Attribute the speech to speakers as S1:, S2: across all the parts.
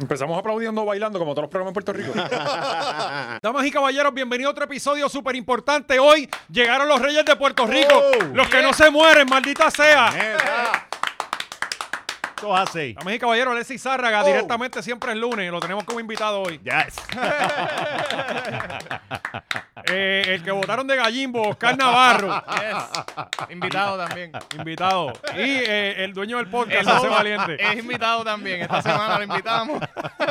S1: Empezamos aplaudiendo, bailando, como todos los programas en Puerto Rico. Damas y caballeros, bienvenido a otro episodio súper importante. Hoy llegaron los reyes de Puerto Rico.
S2: Oh,
S1: los que no se mueren, maldita sea.
S2: Neta. Eso es así.
S1: Damas y caballeros, Alexis
S2: Oh.
S1: Zárraga, directamente siempre el lunes. Lo tenemos como invitado hoy.
S2: Yes.
S1: Eh, el que votaron de Gallimbo, Oscar Navarro.
S3: Yes. Invitado también.
S1: invitado. Y eh, el dueño del podcast,
S3: El
S1: José
S3: Lobo
S1: Valiente.
S3: Es invitado también. Esta semana lo invitamos.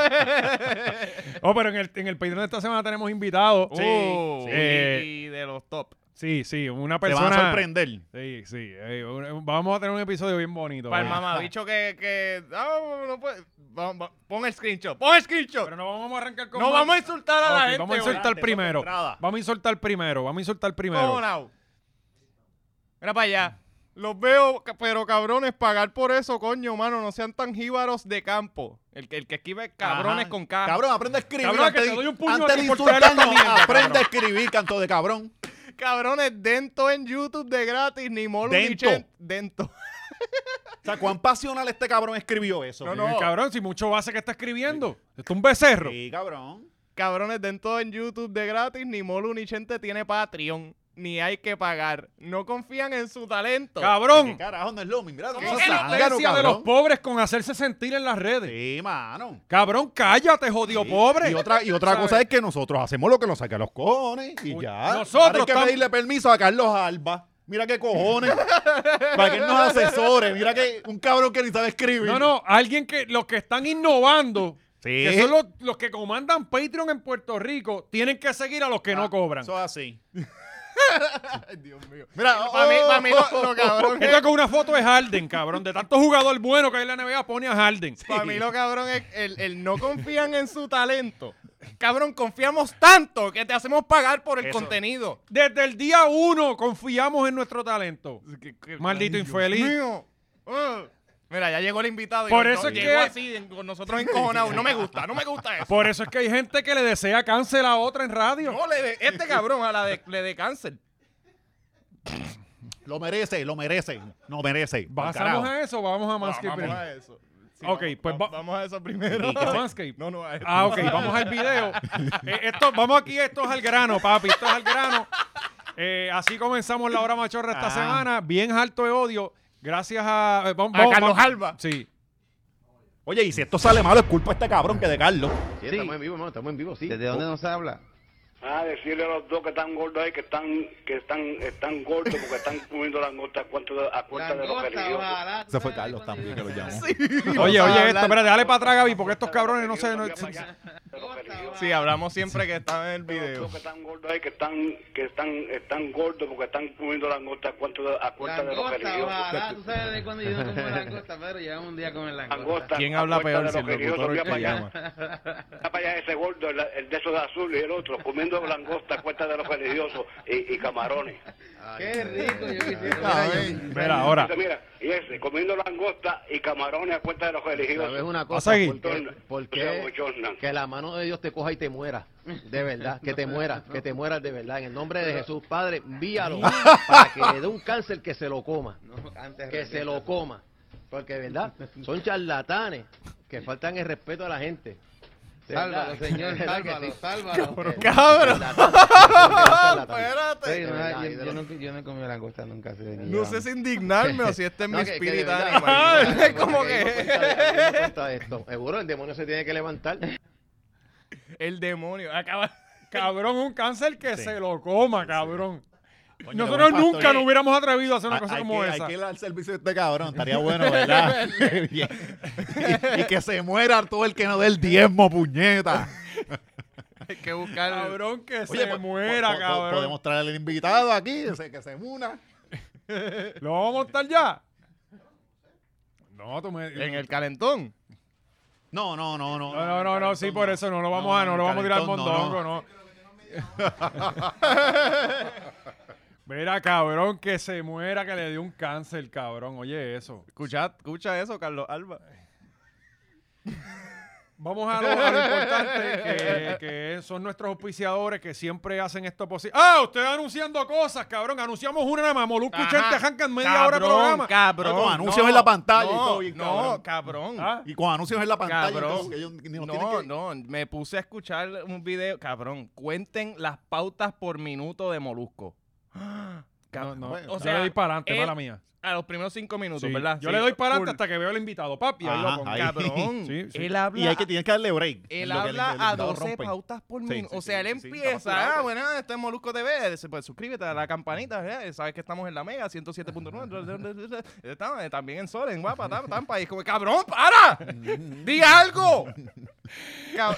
S2: Eh.
S1: Oh, pero en el, en el Patreon de esta semana tenemos invitados.
S3: Uh,
S1: sí.
S3: y-
S1: Eh,
S3: y de los top.
S1: sí, sí, una
S2: Te van
S1: persona.
S2: a sorprender.
S1: Sí, sí. eh, un- vamos a tener un episodio bien bonito.
S3: Para el
S1: hoy.
S3: mamabicho que. que ah, no puede- va- va- pon el screenshot. Pon el
S1: Pero
S3: screenshot.
S1: no vamos a arrancar con.
S3: No
S1: más-
S3: vamos a insultar a
S1: Ok,
S3: la gente.
S1: Vamos a
S3: güey.
S1: insultar
S2: Adelante,
S1: primero.
S2: toca entrada.
S1: Vamos a insultar primero. Vamos a insultar primero.
S3: Cojonao. Mira para allá. Los veo, ca- pero cabrones, pagar por eso, coño, mano. No sean tan jíbaros de campo. El que, el que escribe cabrones
S2: Ajá.
S3: con K.
S2: Cabrón, aprende a escribir.
S1: Cabrón, que
S2: antes
S1: te
S2: de-
S1: doy un puño
S2: antes
S1: aquí
S2: de
S1: por traer esta
S2: insultarnos,
S1: mierda,
S2: aprende a
S1: cabrón.
S2: escribir, canto de cabrón.
S3: Cabrones, dento en YouTube de gratis, ni molo ni
S2: Dento.
S3: chen- Dento.
S2: O sea, cuán pasional este cabrón escribió eso.
S3: No,
S1: Sí,
S3: no.
S1: Eh, Cabrón, si mucho base que está escribiendo. Esto es un becerro.
S2: Sí, cabrón.
S3: Cabrones, dentro en YouTube de gratis, ni Molo ni Chente tiene Patreon, ni hay que pagar. No confían en su talento.
S2: ¿Qué
S1: Cabrón.
S2: carajo no es lo mismo? Mira,
S1: Qué
S2: somos zánganos,
S1: elocuencia de los
S2: cabrón.
S1: pobres con hacerse sentir en las redes.
S2: Sí, mano.
S1: Cabrón, cállate, jodido
S2: Sí.
S1: pobre.
S2: Y otra, y otra
S1: ¿Sabes?
S2: cosa es que nosotros hacemos lo que nos saca a los cojones y
S1: Uy,
S2: ya.
S1: nosotros
S2: Ahora hay que
S1: estamos-
S2: pedirle permiso a Carlos Alba. Mira qué cojones. Para que él nos asesore. Mira que un cabrón que ni sabe escribir.
S1: No, no, alguien que los que están innovando,
S2: Sí.
S1: que son los, los que comandan Patreon en Puerto Rico, tienen que seguir a los que no cobran.
S2: Eso es así.
S3: Ay, Dios mío.
S2: Mira,
S3: Para mí,
S2: oh,
S3: pa' mí lo, lo cabrón
S1: Esto
S3: es,
S1: con una foto de Harden, cabrón. De tanto jugador bueno que hay en la NBA, pone a Harden.
S3: pa' mí lo cabrón es el, el no confían en su talento. Cabrón, confiamos tanto que te hacemos pagar por el
S2: Eso.
S3: contenido.
S1: Desde el día uno confiamos en nuestro talento. Maldito
S3: Ay, Dios
S1: infeliz.
S3: mío. Ah. Mira, ya llegó el invitado. y
S1: Por
S3: no-
S1: eso es
S3: llegó
S1: que-
S3: así, en- con nosotros encojonados. No me gusta, no me gusta eso.
S1: Por eso es que hay gente que le desea cáncer a otra en radio.
S3: No, le de- este cabrón a la de, le de cáncer.
S2: Lo merece, lo merece. No merece.
S1: ¿Pasamos
S2: Carajo.
S1: a eso o vamos a Manscaped
S3: vamos
S1: primero?
S3: a eso. Sí,
S1: Ok,
S3: vamos-
S1: pues
S3: va-
S1: va-
S3: vamos a eso primero.
S2: ¿Y qué
S1: ¿A Manscaped?
S3: No, no, a esto.
S1: Ah, ok, vamos al video. Eh, esto, vamos aquí, esto es al grano, papi, esto es al grano. Eh, así comenzamos la hora machorra esta
S2: Ah.
S1: semana, bien alto de odio. Gracias a. eh, vamos-
S3: A
S1: vamos-
S3: Carlos
S1: vamos-
S3: Alba.
S1: Sí.
S2: Oye, y si esto sale malo, es culpa de este cabrón que de Carlos.
S4: Sí,
S5: Sí.
S4: estamos en vivo, hermano, estamos en vivo, sí.
S5: ¿Desde dónde nos habla?
S6: Ah, decirle a los dos que están gordos ahí, que están, que están, están gordos porque están comiendo langosta a cuenta de, a cuenta de los religiosos.
S2: Se fue Carlos también que lo llamó.
S1: Oye,
S3: Vamos a
S1: oye, esto,
S3: hablar-
S1: espérate, dale para atrás, Gaby, porque estos cabrones no se. no-
S3: Sí, hablamos siempre que estaba en el video.
S6: Los que están gordos ahí, que están, que están, están gordos porque están comiendo langosta a cuenta de, a cuenta de los
S5: Langosta,
S6: religiosos.
S5: ojalá. Tú sabes de cuándo yo no como langosta, pero llevamos un día con el langosta.
S6: Langosta,
S3: ¿Quién
S6: a
S3: habla
S6: cuenta
S3: peor,
S6: de
S3: si el
S6: los religiosos,
S3: locutor o el
S6: mira
S3: que
S6: para allá.
S3: llama?
S6: Mira para allá ese gordo, el, el de esos azules y el otro, comiendo langosta a cuenta de los religiosos y, y camarones.
S5: Qué rico, yo quisiera.
S3: Ah,
S5: Mira,
S3: ven.
S5: yo-
S1: Mira, ahora.
S6: Entonces, mira, y ese, comiendo langosta y camarones a cuenta de los
S4: ¿Sabes
S6: religiosos.
S4: una cosa?
S1: seguir.
S4: ¿Por qué, por qué
S6: O sea, bochorna.
S4: que la mano de Dios te coja y te muera? De verdad, que te mueras, que te mueras de verdad. En el nombre de Jesús, Padre, envíalo para que le dé un cáncer que se lo coma.
S5: No, antes
S4: Que se lo
S5: arrepiento.
S4: coma. Porque, de verdad, son charlatanes que faltan el respeto a la gente. De verdad,
S5: Sálvalo, señor,
S4: de verdad que sí.
S5: sálvalo, sálvalo.
S3: Cabrón.
S5: Sí, no,
S4: Espérate.
S5: yo, yo no, yo no he comido langosta nunca. así de ni
S3: No
S5: llevamos.
S3: sé si indignarme o si este es
S4: No,
S3: mi
S4: que- que
S3: espíritu
S4: de verdad,
S3: animal.
S4: igual,
S3: Es como
S4: igual, me di
S3: que
S4: cuenta de- me di cuenta de esto. Seguro el demonio se tiene que levantar.
S3: el demonio acaba.
S1: Cabrón, un cáncer que se lo coma, cabrón.
S2: Coño,
S1: Nosotros
S2: qué buen
S1: nunca
S2: pastor.
S1: nos hubiéramos atrevido a hacer una
S2: Ah,
S1: cosa
S2: hay
S1: como
S2: que,
S1: esa.
S2: Hay que ir al servicio de este cabrón, estaría bueno, ¿verdad? Bien. y, y que se muera todo el que no dé el diezmo, puñeta.
S3: Hay que buscar.
S1: Cabrón, que se
S2: po-
S1: muera,
S2: po- po-
S1: cabrón.
S2: Podemos traer al invitado aquí, ese que se una.
S1: ¿Lo vamos a montar ya? No, tú me...
S3: En el calentón.
S2: No, no, no, no.
S1: No, no, no, no, sí, por eso no lo vamos
S2: No,
S1: a, no lo vamos a tirar al
S2: calentón, no,
S1: mondongo, no. Mira, cabrón, que se muera, que le dio un cáncer, cabrón. Oye, eso.
S3: Escucha, escucha eso, Carlos Alba.
S1: Vamos a lo, a lo importante, que, que son nuestros auspiciadores que siempre hacen esto posible. ¡Ah! Ustedes anunciando cosas, cabrón. Anunciamos una nada más. Molusco y
S3: Ajá,
S1: Chente arrancan media hora de
S3: cabrón,
S1: programa.
S3: Cabrón,
S2: Con
S3: no,
S2: anuncios en la pantalla y
S3: no,
S2: todo, y
S3: no, cabrón.
S1: Ah,
S2: Y con anuncios en la pantalla. y
S3: Cabrón.
S2: todo, que ellos ni nos tienen
S3: No,
S2: que-
S3: no, me puse a escuchar un video. Cabrón, cuenten las pautas por minuto de Molusco.
S1: No,
S3: Cabrón.
S1: no,
S3: o
S1: no
S3: sea,
S1: le doy para adelante,
S3: él-
S1: mala mía.
S3: A los primeros cinco minutos,
S1: Sí.
S3: ¿verdad?
S1: Yo
S3: Sí,
S1: le doy para
S3: full.
S1: adelante hasta que veo el invitado, papi. ahí lo
S2: Ajá,
S1: pongo.
S2: ahí.
S3: Cabrón,
S1: Sí, sí.
S3: él habla.
S2: Y hay que tienes que darle break. en
S3: Él
S2: lo que el-
S3: habla
S2: el
S3: a
S2: invitado
S3: 12
S2: rompe.
S3: pautas por
S2: Sí,
S3: minuto.
S2: sí,
S3: o sea,
S2: sí,
S3: él
S2: sí,
S3: empieza.
S2: está más
S3: ah,
S2: claro.
S3: bueno, esto es Molusco TV. dice, Pues suscríbete a la campanita. ¿verdad? Sabes que estamos en la Mega 107.9. Estamos también en Sol, en Guapa, tam- Tampa. Y es como, cabrón, para. Di algo. Cab-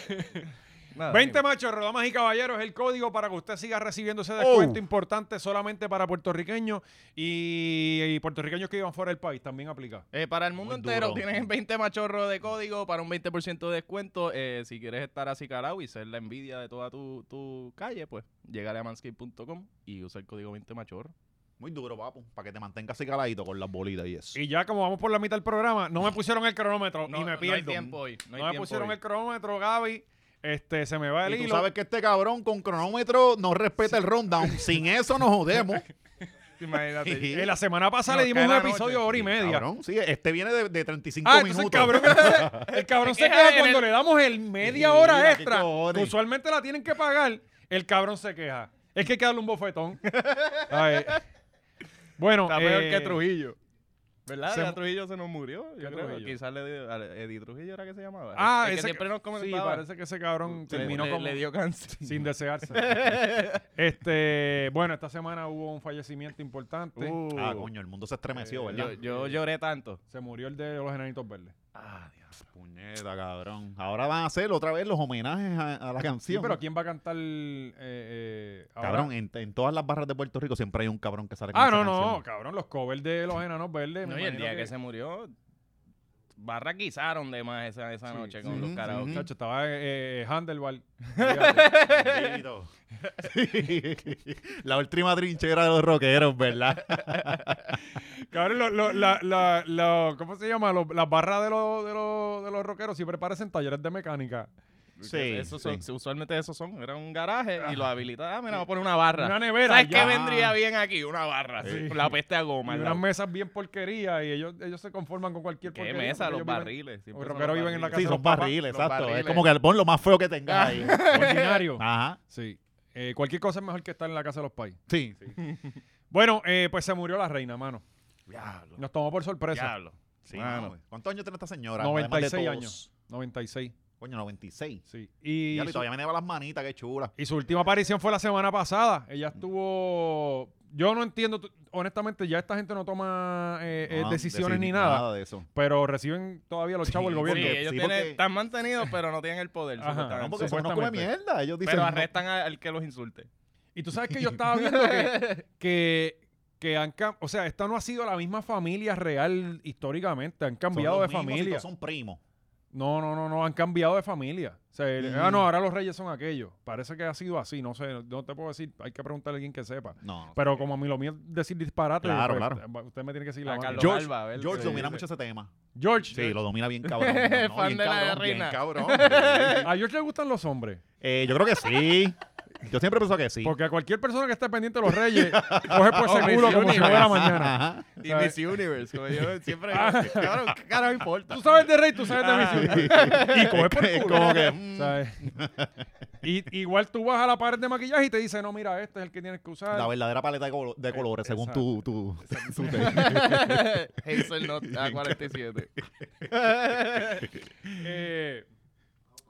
S3: Nada,
S1: 20
S3: anyway.
S1: machos, rodamas y caballeros, es el código para que usted siga recibiendo ese descuento
S2: Oh.
S1: importante solamente para puertorriqueños y, y puertorriqueños que iban fuera del país también aplica.
S3: Eh, para el mundo
S2: Muy duro.
S3: entero tienes 20 machorros de código para un 20% de descuento. Eh, si quieres estar así calado y ser la envidia de toda tu, tu calle, pues llegale a manscape.com y usa el código 20 machorro.
S2: Muy duro, papu. Para que te mantengas así caladito con las bolitas y eso.
S1: Y ya como vamos por la mitad del programa, no me pusieron el cronómetro y me pierdo.
S3: hay tiempo hoy.
S1: No,
S3: No, hay
S1: me
S3: tiempo
S1: pusieron
S3: hoy.
S1: el cronómetro, Gaby. Este, se me va el
S2: Y tú
S1: hilo.
S2: sabes que este cabrón con cronómetro no respeta el rundown. Sin eso nos jodemos.
S3: Imagínate.
S1: Eh, la semana pasada
S3: Nos
S1: le dimos
S3: cae
S1: un
S3: la noche.
S1: episodio de hora y media.
S2: Cabrón, sí, este viene de, de 35
S1: Ah, entonces el
S2: minutos.
S1: cabrón, el cabrón se
S3: queja
S1: queja
S3: en
S1: cuando
S3: el-
S1: le damos el media
S2: Sí, mira,
S1: hora
S2: qué
S1: extra. que
S2: cojones.
S1: usualmente la tienen que pagar. El cabrón se queja. Es que hay que darle un bofetón. Ay. Bueno,
S3: Está peor
S1: eh,
S3: que Trujillo. ¿Verdad?
S1: se-
S3: Ya Trujillo se nos murió. Yo creo.
S1: Trujillo?
S3: Quizás le dio. a- Eddie Trujillo era que se llamaba.
S1: Ah,
S3: El que
S1: ese
S3: siempre nos
S1: Sí,
S3: comentaba.
S1: parece que ese cabrón
S3: Le-
S1: terminó
S3: le,
S1: como
S3: le dio cáncer.
S1: sin desearse. este, bueno, esta semana hubo un fallecimiento importante.
S3: Uh,
S2: Ah, coño, el mundo se estremeció,
S3: yo,
S2: ¿verdad?
S3: yo lloré tanto.
S1: Se murió el de los enanitos verdes.
S3: Ah, Dios.
S2: Puñeta, cabrón. Ahora van a hacer otra vez los homenajes a, a la
S1: Sí,
S2: canción.
S1: pero ¿quién va a cantar eh, eh, ahora?
S2: Cabrón, en, en todas las barras de Puerto Rico siempre hay un cabrón que sale con
S1: Ah,
S2: esa
S1: no, no,
S2: canción.
S1: cabrón, los covers de los enanos verdes. me
S3: No, y el
S1: imagino
S3: día que, se murió, barraquizaron de más esa, esa
S1: Sí,
S3: noche
S1: sí,
S3: con los
S2: sí,
S3: karaoke.
S1: Chacho, estaba eh, eh, Handelbar.
S2: Bendito. Sí. La última trinchera de los rockeros, ¿verdad?
S1: Cabrón, lo- lo- la, la- la- ¿cómo se llama? Lo- las barras de, los de, los de los rockeros siempre parecen talleres de mecánica.
S2: Sí,
S3: Esos son-
S2: sí.
S3: Usualmente esos son. Era un garaje y lo habilitaba. Ah, mira, vamos a poner una barra.
S1: Una nevera,
S3: ¿Sabes
S1: ya.
S3: qué vendría bien aquí? Una barra.
S2: Sí.
S3: sí, La peste a
S1: Y
S3: goma. al
S1: unas
S3: lado.
S1: mesas bien porquería y ellos, ellos se conforman con cualquier
S3: ¿Qué
S1: porquería.
S3: mesa?
S1: porque
S3: Los
S1: ellos viven-
S3: barriles. siempre
S1: los
S3: son
S1: rockeros viven en la
S3: barriles.
S2: Sí,
S1: los
S2: son
S1: papás,
S2: barriles,
S3: los
S2: exacto.
S3: barriles.
S2: Es como que el pon lo más feo que tengas ahí.
S1: Ordinario.
S3: Ah.
S2: Ajá.
S1: Sí. Eh, cualquier cosa es mejor que estar en la casa de los pais.
S2: Sí.
S1: Bueno, eh, pues se murió la reina, mano.
S2: Diablo.
S1: Nos tomó por sorpresa.
S3: Diablo.
S2: Sí,
S3: Mano.
S2: no, güey. ¿Cuántos años tiene esta señora? Además de
S1: 96
S2: todos.
S1: años. 96.
S2: Coño, 96.
S1: Sí. Y,
S2: Diablo,
S1: su-
S2: Y todavía me lleva las manitas, qué chula.
S1: y su última aparición fue la semana pasada. Ella
S2: Mm.
S1: estuvo. Yo no entiendo. tú- Honestamente, ya esta gente no toma eh, eh,
S2: No,
S1: decisiones
S2: decir
S1: ni nada,
S2: de eso.
S1: Pero reciben todavía los
S2: Sí,
S1: chavos del
S2: sí,
S1: gobierno.
S3: Sí,
S2: Porque-
S3: ellos
S2: sí,
S3: tienen-
S2: porque-
S3: están mantenidos, pero no tienen el poder.
S1: Ajá.
S3: supuestamente.
S2: No, porque eso no come
S1: Supuestamente.
S2: mierda. Ellos dicen.
S3: pero
S2: no.
S3: arrestan a- al que los insulte.
S1: Y tú sabes que yo estaba viendo que, que, que han cam- o sea, esta no ha sido la misma familia real históricamente, han
S2: Son
S1: cambiado de
S2: los mismos y todos
S1: familia.
S2: Son primos.
S1: No, no, no, no, han cambiado de familia. O sea, el-
S2: Mm.
S1: ah, no, ahora los reyes son aquellos. Parece que ha sido así, no sé, no- no te puedo decir, hay que preguntarle a alguien que sepa.
S2: No. no.
S1: Pero como a mí lo mío es decir disparate,
S2: Claro,
S1: pues,
S2: claro.
S1: usted me tiene que decir
S3: A
S1: la
S3: Carlos
S1: George,
S3: Alba, ¿verdad?
S2: George
S1: Sí,
S2: domina
S1: sí.
S2: mucho ese tema.
S1: George, eh,
S2: Sí, lo domina bien cabrón. No, no,
S3: Fan
S2: bien
S3: de la
S2: cabrón, bien
S3: reina.
S2: cabrón.
S1: a George le gustan los hombres,
S2: Eh, yo creo que sí. Yo siempre pienso que sí.
S1: porque a cualquier persona que esté pendiente de los reyes, coge por
S3: Oh,
S1: ese culo
S3: Miss
S1: como si
S3: Universe.
S1: fuera mañana.
S2: Ajá.
S3: Y
S1: ¿Sabes?
S3: Miss Universe, como yo siempre. Cabrón, ¿qué carajo importa?
S1: Ah. Tú sabes de rey, tú sabes de Miss Universe.
S2: Y coge
S1: por el culo.
S2: Ah, Como que. mm,
S1: ¿sabes? y, igual tú vas a la pared de maquillaje y te dice, no, mira, este es el que tienes que usar.
S2: La verdadera paleta de, colo-
S1: Eh,
S2: de colores, según tu, tu, tu tesis.
S3: Hazel Not A47.
S1: Eh,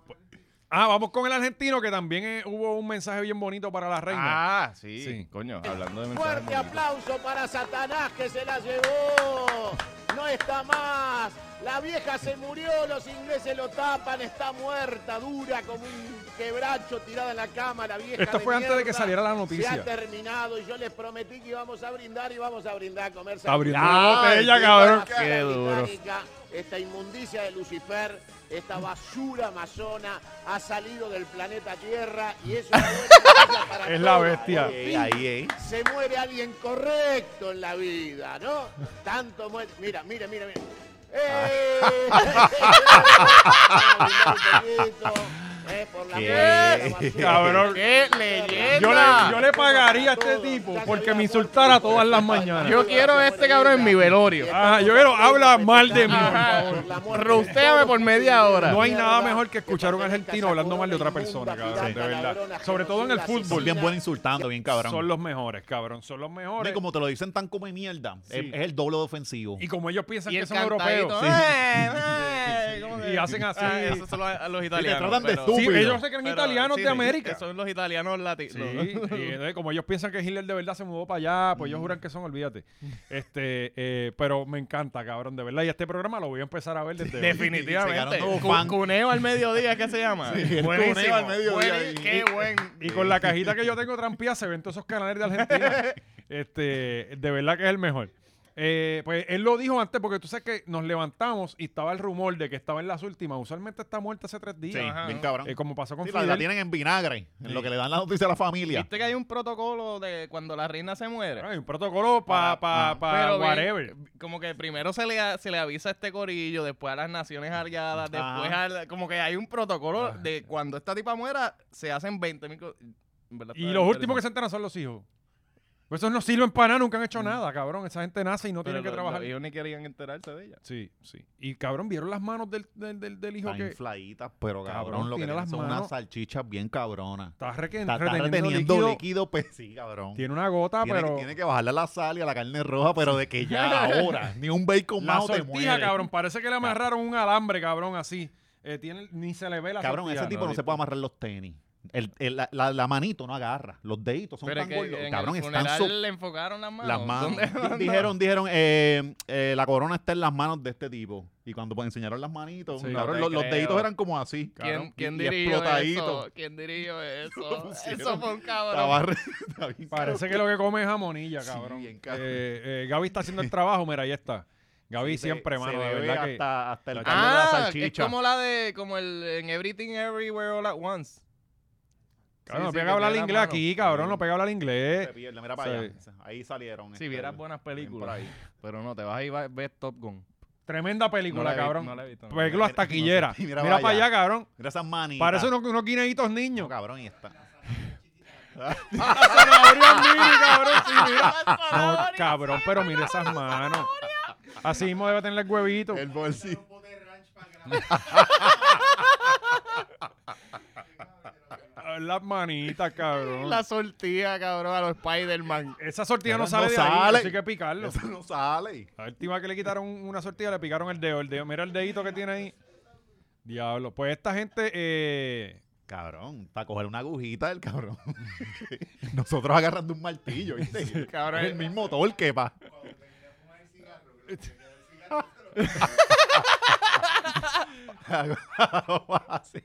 S1: pu- ah, vamos con el argentino, que también eh, hubo un mensaje bien bonito para la reina.
S3: Ah, sí.
S1: Sí.
S3: Coño, hablando de mensajes
S7: Fuerte
S3: bonitos.
S7: aplauso para Satanás que se la llevó. No está más. La vieja se murió, los ingleses lo tapan, está muerta, dura como un quebracho tirada en la cama, la vieja.
S1: Esto fue antes de que
S7: mierda.
S1: saliera la
S7: Se ha
S1: noticia.
S7: terminado y yo les prometí que íbamos a brindar y vamos a brindar a comer.
S1: Está abriendo
S7: salchichas.
S1: una botella,
S7: Ay,
S1: cabrón.
S7: esta basura
S3: Qué duro.
S7: británica, Esta inmundicia de Lucifer, esta basura amazona ha salido del planeta Tierra y eso es una buena noticia para
S1: Es la
S7: todos.
S1: bestia.
S7: Por
S2: Ahí,
S7: fin
S2: ahí, eh.
S7: se muere alguien correcto en la vida, ¿no? Tanto muere. Mira, mira, mira, mira. ¡Eh!
S1: Ah.
S7: Eh, por la
S2: ¿Qué?
S7: puerta,
S1: Cabrón.
S3: ¡Qué
S1: Yo le,
S3: leyenda!
S1: yo le pagaría a este tipo porque me insultara todas las mañanas.
S3: Yo quiero a este cabrón en mi velorio.
S1: Ajá, yo quiero- habla mal de mí, por
S3: Ajá.
S1: favor.
S3: Rosteame por media hora.
S1: No hay nada mejor que escuchar a un argentino hablando mal de otra persona, cabrón, de verdad. Sobre todo en el
S2: Son
S1: fútbol.
S2: bien buenos insultando, bien cabrón.
S1: Son los mejores, cabrón. Son los
S2: No,
S1: mejores.
S2: y como te lo dicen tan como de mierda,
S1: Sí.
S2: es, es el doble de ofensivo.
S1: Y como ellos piensan
S3: Y
S1: que
S3: el
S1: son europeos.
S3: cantadito, ¡eh, eh! ¿Cómo que?
S1: Y hacen así.
S3: Ah, esos son los, los italianos.
S2: tratan de
S3: pero-
S2: estúpido.
S1: Sí, ellos se creen
S3: pero-
S1: italianos
S3: sí,
S1: de
S3: sí,
S1: América.
S3: Son los italianos latinos.
S1: Sí, y entonces, como ellos piensan que Hitler de verdad se mudó para allá, pues ellos juran que son, olvídate. Este, eh, pero me encanta, cabrón, de verdad. Y este programa lo voy a empezar a ver desde hoy.
S2: Se
S3: Definitivamente.
S2: ganó todo
S3: Cu-
S2: fan.
S3: Cuneo al mediodía, ¿qué se llama?
S2: el
S3: Buenísimo.
S2: cuneo al mediodía
S3: Buen-
S2: ahí.
S3: Qué buen.
S1: Y con la cajita que yo tengo trampía se ven todos esos canales de Argentina. este, de verdad que es el mejor. Eh, pues él lo dijo antes porque tú sabes que nos levantamos y estaba el rumor de que estaba en las últimas. Usualmente está muerta hace tres
S2: Sí,
S1: días.
S3: Ajá.
S2: bien cabrón.
S1: Eh, como pasó con
S2: Sí, la, la
S1: Fidel.
S2: tienen en vinagre, en lo que le dan la noticia a la familia.
S3: Viste que hay un protocolo de cuando la reina se muere.
S1: Hay un protocolo para pa,
S2: Ajá.
S1: pa
S3: Pero ven,
S1: whatever.
S3: Como que primero se le, se le avisa a este corillo, después a las Naciones Aliadas, después
S2: Ajá.
S3: al- como que hay un protocolo de cuando esta tipa muera, se hacen 20 mil
S1: Y los últimos que se enteran son los hijos. Pues esos no sirven para nada, nunca han
S3: Mm.
S1: hecho nada, cabrón. Esa gente nace y no tienen que trabajar.
S3: Ellos ni querían enterarse de ella.
S1: Sí, sí. Y cabrón, ¿vieron las manos del, del, del, del hijo
S2: Están
S1: que
S2: infladitas, pero cabrón,
S1: Cabrón,
S2: lo que
S1: tiene
S2: tienen
S1: las
S2: son
S1: manos-
S2: unas salchichas bien cabronas.
S1: está, requen-
S2: Está, está
S1: reteniendo,
S2: reteniendo
S1: líquido?
S2: líquido, pues sí, cabrón.
S1: Tiene una gota,
S2: Tiene, que-
S1: pero
S2: tiene que bajarle a la sal y a la carne roja, pero de que ya ahora, ni un bacon
S1: la
S2: más te
S1: sortija,
S2: muere.
S1: cabrón, parece que le amarraron un alambre, cabrón, así. Eh, tiene, ni se le ve la
S2: Cabrón,
S1: sortija,
S2: ese tipo no, se puede amarrar los tenis. El- el- la, la- la manito no agarra. Los deditos son
S3: Pero es
S2: tan
S3: que
S2: gordos.
S3: en
S2: Cabrón,
S3: el
S2: están
S3: funeral
S2: so-
S3: le enfocaron las manos.
S2: las manos.
S3: ¿Dónde-
S2: Di- Dijeron, dijeron, eh, eh, la corona está en las manos de este tipo. Y cuando pues, enseñaron las manitos,
S1: Sí,
S2: cabrón,
S3: no
S2: los,
S3: te
S2: los
S3: creo.
S2: deditos eran como así.
S3: ¿Quién,
S2: cabrón,
S3: quién
S2: y- y
S3: dirigió
S2: explotaditos.
S3: eso? ¿Quién dirigió eso?
S2: pusieron.
S3: Eso fue un
S2: Estaba
S3: cabrón. Ah,
S2: re- está bien
S1: Parece que lo que come es jamonilla, cabrón.
S2: bien cabrón.
S1: Eh, eh, Gaby está haciendo el trabajo, mira, ahí está. Gaby
S2: Sí, se-
S1: siempre,
S2: se
S1: mano, de
S2: bebe
S1: verdad que...
S2: hasta, hasta el
S1: Ah,
S2: caldo de la
S3: Ah, es
S2: salchicha.
S3: como la de, como el en Everything Everywhere All At Once.
S1: Cabrón,
S3: Sí,
S1: no
S3: sí,
S1: pega
S3: que
S1: a hablar
S3: tiene la
S1: inglés
S3: mano.
S1: aquí, cabrón, no pega a hablar
S2: Se
S1: inglés.
S2: pierde, mira para allá.
S1: Sí.
S2: Ahí salieron.
S3: Si
S2: este,
S3: vieras buenas
S2: ven por
S3: películas.
S2: ahí.
S3: Pero no, te vas a ir a ver Top Gun.
S1: Tremenda película,
S3: No la Pues, he vi-
S1: cabrón.
S3: no la he visto, no.
S1: Película
S2: Mira,
S1: hasta quillera.
S2: no sé,
S1: Mira,
S2: mira
S1: para
S2: para
S1: allá,
S2: allá.
S1: cabrón.
S2: Mira esas manitas.
S1: Parece unos, unos guineitos niños.
S2: No, cabrón, y está.
S1: Zanahoria mini, cabrón. Sí, mira. No, cabrón, pero mira esas manos. Así mismo debe tener el huevito.
S2: El bolsillo.
S1: Ah, Las manitas, cabrón.
S3: La sortija, cabrón, a los Spider-Man.
S1: Esa sortilla no
S2: No
S1: sale de ahí,
S2: sale.
S1: así que picarlo.
S2: Eso no sale.
S1: La última que le quitaron una sortilla le picaron el dedo. El dedo. Mira el dedito que tiene ahí. Diablo. Pues esta gente... eh,
S2: Cabrón, para coger una agujita del cabrón. Nosotros agarrando un martillo, ¿viste?
S3: Cabrón.
S2: Es el mismo torque, pa. Así.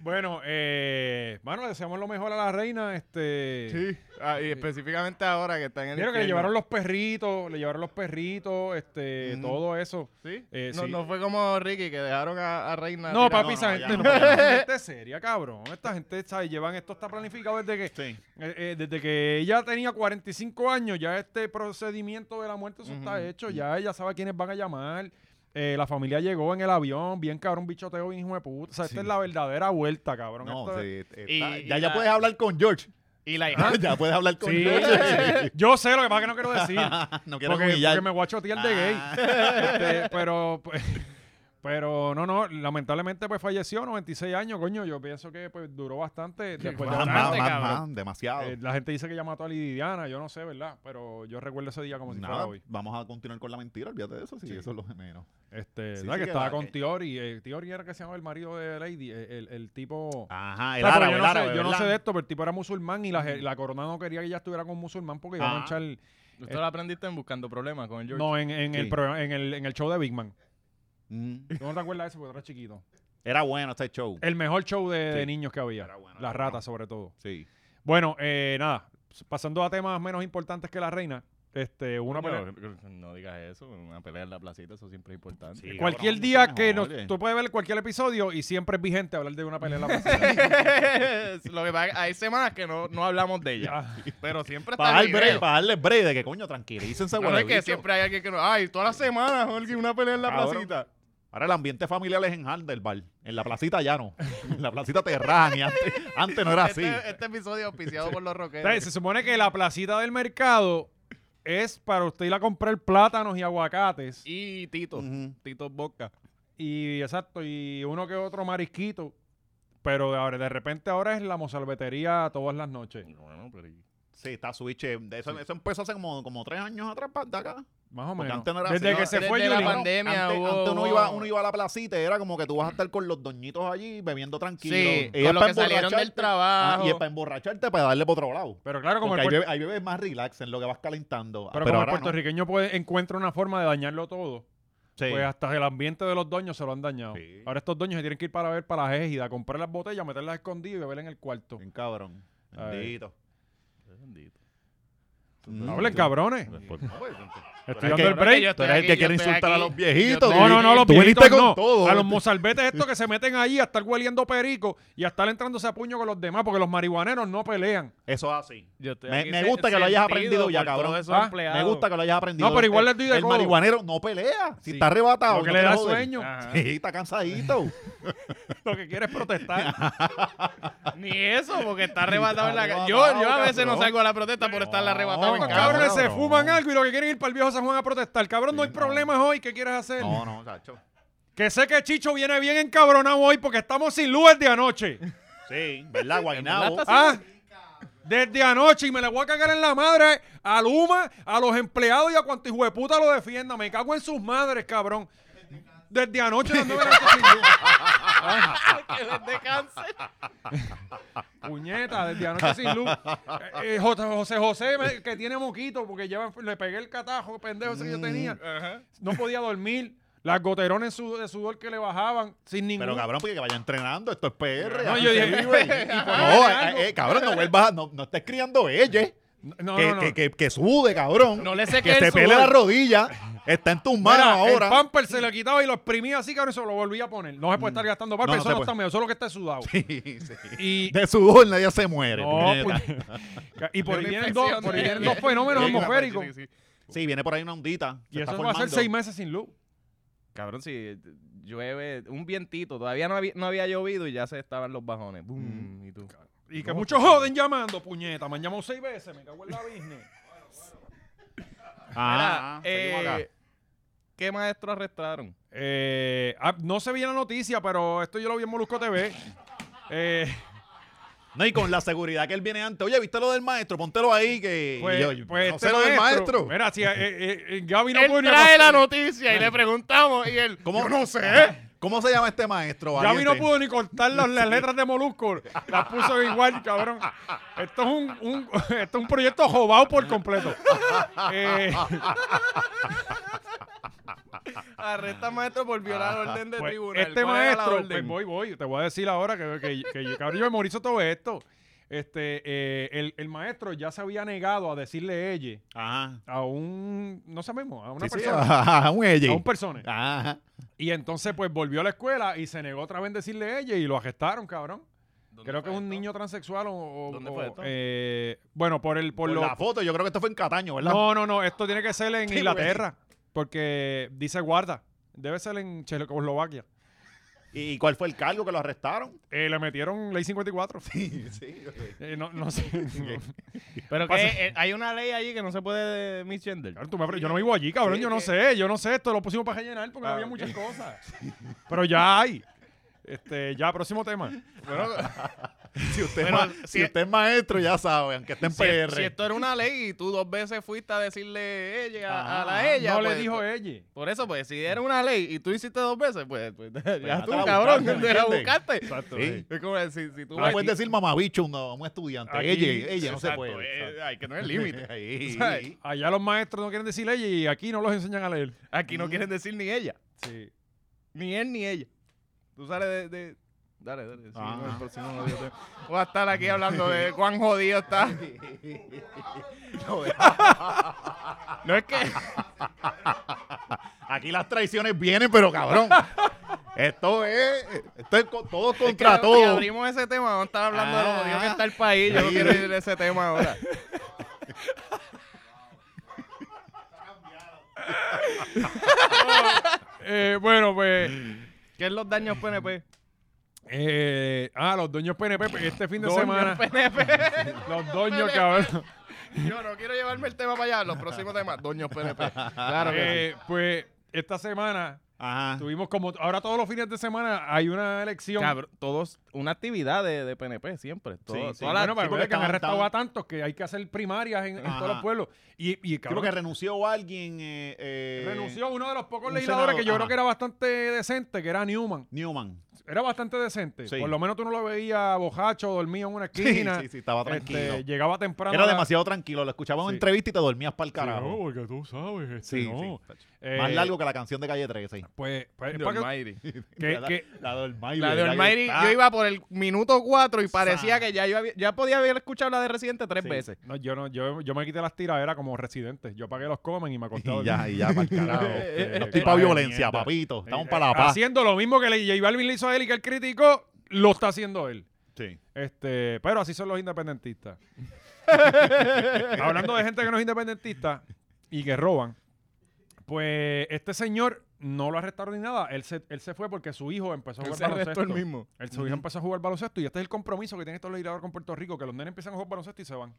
S1: bueno, eh, bueno, le deseamos lo mejor a la reina. Este,
S3: Ah, y específicamente ahora que están en el
S1: Vieron que le
S3: infierno.
S1: llevaron los perritos, le llevaron los perritos, este,
S2: Ujú.
S1: todo eso.
S3: ¿Sí?
S1: Eh,
S3: no,
S1: sí.
S3: no fue como Ricky, que dejaron a, a Reina.
S1: No,
S3: tirada.
S1: papi, esa
S2: no,
S1: gente
S2: ya
S1: no.
S2: no.
S1: Esta gente es seria, cabrón. Esta gente, ¿sabes? Llevan esto, está planificado desde que,
S2: Sí.
S1: eh, eh, desde que ella tenía 45 años. Ya este procedimiento de la muerte, eso está hecho. Ya ella sabe a quiénes van a llamar. Eh, la familia llegó en el avión, bien cabrón, bichoteo, bien hijo de puta. O sea, esta es la verdadera vuelta, cabrón.
S2: No,
S1: Esto es-
S2: sí, está-
S3: Y-
S2: ya,
S3: y
S2: ya
S3: la-
S2: puedes hablar con George.
S3: Y la hija.
S2: Ya puedes hablar con
S1: Sí,
S2: George.
S1: sí. Yo sé lo que pasa que no quiero decir.
S2: no quiero
S1: porque,
S2: humillar.
S1: porque me voy a chotear de gay. Este, pero, pues, pero no, no, lamentablemente pues falleció, 96 años, coño. Yo pienso que pues duró bastante. Después de
S2: Más,
S1: la,
S2: más,
S3: Bastante,
S2: más,
S3: cabrón.
S2: más, demasiado.
S1: eh, la gente dice que llama a toda Lidiana, yo no sé, ¿verdad? Pero yo recuerdo ese día como si
S2: Nada,
S1: fuera hoy.
S2: vamos a continuar con la mentira, olvídate de eso, sí, eso es lo menos.
S1: Este, ¿verdad?
S2: Sí, sí,
S1: que
S2: que
S1: estaba
S2: va,
S1: con
S2: que-
S1: Tiori. eh, Tiori era que se llamaba el marido de Lady, eh, el, el tipo...
S2: Ajá,
S1: O
S2: Ah, el
S1: sea, porque yo,
S2: árabe, el
S1: no sé,
S2: árabe,
S1: yo no sé
S2: ¿verdad?
S1: de esto, pero el tipo era musulmán y la, la corona no quería que ella estuviera con un musulmán porque iban a
S2: Ah.
S1: echar...
S3: Usted lo aprendiste en Buscando Problemas con el George.
S1: No, en, en el
S2: Sí.
S1: programa- en, el, en el show de Big Man.
S2: Mm.
S1: ¿Tú no te acuerdas de eso? Porque tú eras chiquito.
S2: Era bueno este show.
S1: El mejor show de, de
S2: Sí.
S1: niños que había.
S2: Era
S1: las
S2: bueno, era bueno.
S1: ratas, sobre todo.
S2: Sí.
S1: Bueno, eh, nada. Pasando a temas menos importantes que la reina. Este, una pelea-
S3: No, no digas eso, una pelea en la placita, eso siempre es importante.
S2: Sí.
S1: Cualquier
S2: Cabrón,
S1: día
S2: no,
S1: que nos,
S2: oye.
S1: tú puedes ver cualquier episodio y siempre es vigente hablar de una pelea en la pasada.
S3: Lo que pasa es que hay semanas que no, no hablamos de ella, pero siempre está
S2: Para dar
S3: el
S2: break,
S3: video.
S2: para darle break de que coño, tranquilícense,
S3: No, no, es
S2: huele
S3: que
S2: bicho.
S3: siempre hay alguien que no. Ay, todas las semanas, Jorge, una pelea en la
S2: Cabrón.
S3: placita.
S2: Ahora el ambiente familiar es en Hardelbar. En la placita ya no. En la placita terránea. Antes, antes no era así.
S3: Este, este episodio auspiciado por los
S1: O sea,
S3: rockeros.
S1: se supone que la placita del mercado es para usted ir a comprar plátanos y aguacates. Y,
S3: Y Tito,
S2: Ujú.
S3: Tito Boca.
S1: exacto, y uno que otro marisquito. Pero de, ahora- de repente ahora es la mozalbetería todas las noches.
S3: Bueno, pero y-
S2: Sí, está Switch. eh, de Eso, eso empezó hace como, como tres años atrás, para de acá.
S1: Más o
S2: Porque
S1: menos.
S2: antes no era
S1: Desde
S2: así.
S1: que
S2: No,
S1: se
S3: desde
S1: fue
S3: la
S1: Yulín.
S3: pandemia.
S2: antes,
S3: hubo-
S2: antes uno,
S3: hubo-
S2: iba, uno iba a la placita y era como que tú vas a estar con los doñitos allí bebiendo tranquilo.
S3: Sí,
S2: Y
S3: con
S2: es
S3: los
S2: pa'
S3: que salieron del
S2: emborracharte.
S3: trabajo.
S2: Ah, y es para emborracharte, para darle por otro lado.
S1: Pero claro, como
S2: Porque
S1: el,
S2: ahí
S1: puer-
S2: bebes bebe más relax en lo que vas calentando. Ah,
S1: pero como el
S2: ahora no.
S1: puertorriqueño puede, encuentra una forma de dañarlo todo,
S2: Sí.
S1: pues hasta el ambiente de los dueños se lo han dañado.
S2: Sí.
S1: Ahora estos dueños se tienen que ir para ver para la égida, comprar las botellas, meterlas escondidas y beber en el cuarto.
S2: Bien cabrón.
S1: Ay.
S2: Bendito.
S3: Bendito.
S2: Mm.
S1: Hablen, cabrones.
S3: pues,
S1: Estoy dando
S2: eres que-
S1: el break.
S3: Yo
S2: Tú
S3: estoy
S2: eres el
S3: aquí,
S2: que
S3: yo
S2: quiere
S3: estoy
S2: insultar a
S3: aquí.
S2: los viejitos.
S3: Yo
S1: No,
S3: estoy
S1: no, no, los
S2: Tú viniste
S1: viejitos
S2: con
S1: no.
S2: todo.
S1: A los mozalbetes estos que se meten ahí a estar hueliendo perico y a estar entrándose a puño con los demás porque los marihuaneros no pelean.
S2: Eso es así.
S3: Yo estoy
S2: Me-
S3: aquí
S2: me
S3: se-
S2: gusta que lo hayas
S3: sentido
S2: aprendido ya,
S3: por
S2: cabrón.
S3: todos esos
S1: Ah, me
S2: Me
S3: empleados.
S2: gusta que lo hayas aprendido.
S1: No, pero igual
S2: El-
S1: le estoy de
S2: El
S1: codo.
S2: marihuanero no pelea. Si
S1: Sí.
S2: está arrebatado.
S1: Lo que
S2: no
S1: le
S2: quiere
S1: da
S2: joder.
S1: sueño.
S3: Ajá.
S2: Sí, está cansadito.
S1: Lo que quiere es protestar.
S3: Ni eso, porque está arrebatado en la
S2: Está
S3: calle. Yo, yo a
S2: arrebatado,
S3: veces no
S2: cabrón.
S3: salgo a la protesta por estar
S2: No,
S3: arrebatado en
S1: Los
S2: cabrón.
S3: casa.
S1: cabrones se
S2: cabrón.
S1: fuman algo y lo que quieren es ir para el viejo San Juan a protestar. Cabrón, no hay
S2: no.
S1: problemas hoy. ¿Qué quieres hacer?
S2: No, no, chacho.
S1: Que sé que Chicho viene bien encabronado hoy porque estamos sin luces de anoche.
S2: Sí, ¿verdad, Guaynabo?
S1: ¿Ah? Desde anoche y me le voy a cagar en la madre a Luma, a los empleados y a cuanto hijo de puta lo defienda. Me cago en sus madres, cabrón. Desde anoche no anduve en esto sin luz.
S3: Que les dé cáncer.
S1: Puñeta, desde anoche sin luz. Eh, eh, José José, José me- que tiene moquito porque lleva, le pegué el catajo pendejo ese que yo tenía.
S2: Mm,
S3: Ajá.
S1: No podía dormir. Las goterones su- de sudor que le bajaban sin ningún...
S2: Pero cabrón, porque que vaya entrenando, esto es PR.
S1: No,
S2: así
S1: yo
S2: se
S1: dije,
S2: vive.
S1: y por
S2: No,
S1: ahí algo.
S2: eh, eh, cabrón, no vuelvas, a- no, no estés criando ella.
S1: no,
S2: que,
S1: no, no.
S2: Que, que, que sude, cabrón.
S3: No le seque
S2: que
S3: el
S2: se pele
S3: sudor.
S2: la rodilla. Está en tus manos
S1: Mira,
S2: ahora.
S1: El pamper se lo quitaba y lo exprimía así, cabrón, y se lo volvía a poner. No se puede estar gastando pamper,
S2: Mm. No, no
S1: eso
S2: se
S1: no
S2: puede.
S1: está medio, solo que está sudado.
S2: Sí, sí.
S1: Y,
S2: De sudor nadie se muere.
S1: No, pues,
S2: puñeta.
S1: puñ- y por ahí
S3: Una
S1: vienen dos,
S3: infección
S1: por
S3: de-
S1: ahí vienen dos fenómenos
S2: Sí, una
S1: atmosféricos.
S3: Sí, sí.
S2: Sí, viene por ahí una ondita. se
S1: Y
S2: está
S1: eso va a ser
S2: formando.
S1: seis meses sin luz.
S3: Cabrón, si eh, llueve, un vientito, todavía no había, no había llovido y ya se estaban los bajones. Boom, y tú.
S1: Y que muchos joden llamando, puñeta. Me han llamado seis veces, me cago en la business.
S2: Ah,
S3: Mira,
S2: seguimos
S3: eh,
S2: acá.
S3: ¿Qué maestro arrestaron?
S1: Eh, ah, no se veía la noticia, pero esto yo lo vi en Molusco TV. Eh,
S2: No, y con la seguridad que él viene antes. Oye, ¿viste lo del maestro? Póntelo ahí que...
S1: pues,
S2: y yo, yo,
S1: pues
S2: no
S1: este
S2: sé lo del maestro.
S1: Mira, si eh, eh, eh, Gaby no
S3: él
S1: pudo ni
S3: trae la
S1: acostar-
S3: noticia y le preguntamos y él...
S2: ¿Cómo? no sé. ¿Cómo se llama este maestro,
S1: Gaby no
S2: valiente?
S1: pudo ni cortar las, las letras de Molusco. Las puso igual, cabrón. Esto es un, un- esto es un proyecto jobado por completo. Eh,
S3: Arresta maestro por violar orden de
S1: Pues,
S3: tribunal.
S1: Este
S3: ¿Cuál era la
S1: maestro,
S3: orden?
S1: pues voy, voy, te voy a decir ahora que, que, que yo, cabrón, yo memorizo todo esto. Este, eh, el, el maestro ya se había negado a decirle ella
S2: Ajá.
S1: a un, no sabemos, a una
S2: Sí, sí,
S1: persona.
S2: ajá, un
S1: a
S2: ella.
S1: un persona.
S2: Ajá.
S1: Y entonces, pues volvió a la escuela y se negó otra vez a decirle ella y lo arrestaron, cabrón.
S3: ¿Dónde
S1: Creo que
S3: fue
S1: es un
S3: esto?
S1: niño transexual o. o-
S3: ¿Dónde fue
S1: o,
S3: esto?
S1: eh, bueno, por el. Por
S2: Por
S1: lo,
S2: la foto, yo creo que esto fue en Cataño, ¿verdad?
S1: no, no, no, esto tiene que ser en
S2: Sí,
S1: Inglaterra. Porque dice guarda. Debe ser en Checoslovaquia.
S2: ¿Y cuál fue el cargo que lo arrestaron?
S1: Eh, le metieron ley 54.
S2: Sí, sí.
S1: Eh, no, no sé. No.
S3: Pero
S1: Pasa-
S3: que eh, hay una ley allí que no se puede misgender.
S1: Cabrón, tú me abres- yo no vivo allí, cabrón. Yo no sé, yo no sé. Esto lo pusimos para rellenar porque
S3: Ah,
S1: había
S3: ok.
S1: muchas cosas. Pero ya hay. Este, ya, próximo tema.
S3: Bueno,
S2: Si usted, es
S3: Bueno,
S2: ma-
S3: si
S2: si
S3: es-
S2: usted es maestro, ya sabe, aunque esté en
S3: si, e-
S2: PR.
S3: si esto era una ley y tú dos veces fuiste a decirle ella, a- a
S2: Ah,
S3: la ella.
S1: no
S3: pues,
S1: le dijo ella.
S2: e-
S3: Por eso, pues, si era una ley y tú hiciste dos veces, pues, pues, ya
S2: ya
S3: tú,
S2: te la buscaste,
S3: cabrón, te la
S2: ¿entiendes?
S3: buscaste.
S1: Exacto.
S2: Sí.
S1: eh.
S3: Es como si, si tú
S2: Tú no
S3: vas-
S2: puedes decir mamabicho a un, a un estudiante.
S1: Aquí-
S2: ella, ella no se
S3: Exacto,
S2: puede.
S3: eh,
S2: exacto.
S3: hay que tener límite.
S2: Ahí.
S3: ¿Sabes?
S1: Allá los maestros no quieren decir ella y aquí no los enseñan a leer. Mm,
S3: Aquí no quieren decir ni ella,
S1: Sí.
S3: ni él ni ella. Tú sales de... de- Dale, dale. sí,
S2: Ah.
S3: no, el próximo no, yo te- Voy a estar aquí hablando de cuán jodido está. No es que.
S2: Aquí las traiciones vienen, pero cabrón. Esto es, esto es co- todo contra
S3: que Si
S2: todo.
S3: abrimos ese tema, vamos a estar hablando de
S2: Ah.
S3: lo jodido que está el país. Yo no
S2: Sí.
S3: quiero ir a ese tema ahora.
S1: Eh, bueno, pues.
S3: ¿Qué es los daños PNP?
S1: eh, ah, los dueños PNP, pues, este fin de
S3: Doños
S1: semana.
S3: PNP.
S1: Los dueños,
S3: PNP.
S1: cabrón.
S3: Yo no quiero llevarme el tema para allá. Los próximos temas, doños PNP. Claro que
S1: Eh, pues esta semana
S2: Ajá.
S1: tuvimos como. Ahora todos los fines de semana hay una
S3: sí.
S1: elección.
S3: Cabrón, todos, una actividad de, de PNP siempre. Todo,
S2: Sí, sí.
S3: todas las-
S1: bueno, pues, pero
S2: sí, porque
S1: es que han
S2: estaban-
S1: arrestado
S2: estaban-
S1: a tantos que hay que hacer primarias en, en
S2: Ajá.
S1: todos los pueblos. Y, y
S2: Creo
S1: cabrón,
S2: que renunció alguien. eh, eh,
S1: renunció uno de los pocos
S2: un
S1: legisladores que yo
S2: senador,
S1: creo que era bastante decente, que era Newman.
S2: Newman.
S1: Era bastante decente.
S2: Sí.
S1: Por lo menos tú no lo veías bojacho, dormido en una esquina.
S2: sí, sí, estaba
S1: Este,
S2: tranquilo.
S1: llegaba temprano. a
S2: Era
S1: la-
S2: demasiado tranquilo. Lo escuchaba en una
S1: Sí.
S2: entrevista y te dormías para el
S1: Sí, no,
S2: carajo.
S1: porque tú sabes. este,
S2: Sí, sí.
S1: no. Eh,
S2: Más largo que la canción de Calle 13.
S1: Pues, pues,
S3: The
S1: para que-
S3: Almighty.
S1: que-
S2: la,
S1: que-
S2: la de Ah, Almighty.
S3: La de
S2: ¿verdad?
S3: Almighty,
S2: Está-
S3: yo iba por el minuto 4 y
S2: Sa-
S3: parecía que ya, yo había- ya podía haber escuchado la de Residente tres
S2: Sí.
S3: veces.
S1: no, yo, no, yo, yo me quité las tiraderas como residente. Yo pagué los comen y me acosté a
S2: Y
S1: dormir.
S2: ya, y ya, para el carajo.
S1: Eh, eh,
S2: No estoy
S1: eh,
S2: para
S1: eh,
S2: violencia,
S1: mierda.
S2: papito. Estamos
S1: Eh,
S2: para la paz.
S1: Haciendo lo mismo que le- J Balvin le hizo a él y que él criticó, lo está haciendo él.
S2: Sí.
S1: Este, pero así son los independentistas. Hablando de gente que no es independentista y que roban, pues este señor no lo arrestaron ni nada. Él se, él se fue porque su hijo empezó a
S3: Él
S1: jugar
S3: se arrestó
S1: baloncesto.
S3: el mismo.
S1: Él- su hijo empezó a jugar baloncesto y este es el compromiso que tienen estos legisladores con Puerto Rico, que los nenes empiezan a jugar baloncesto y se van.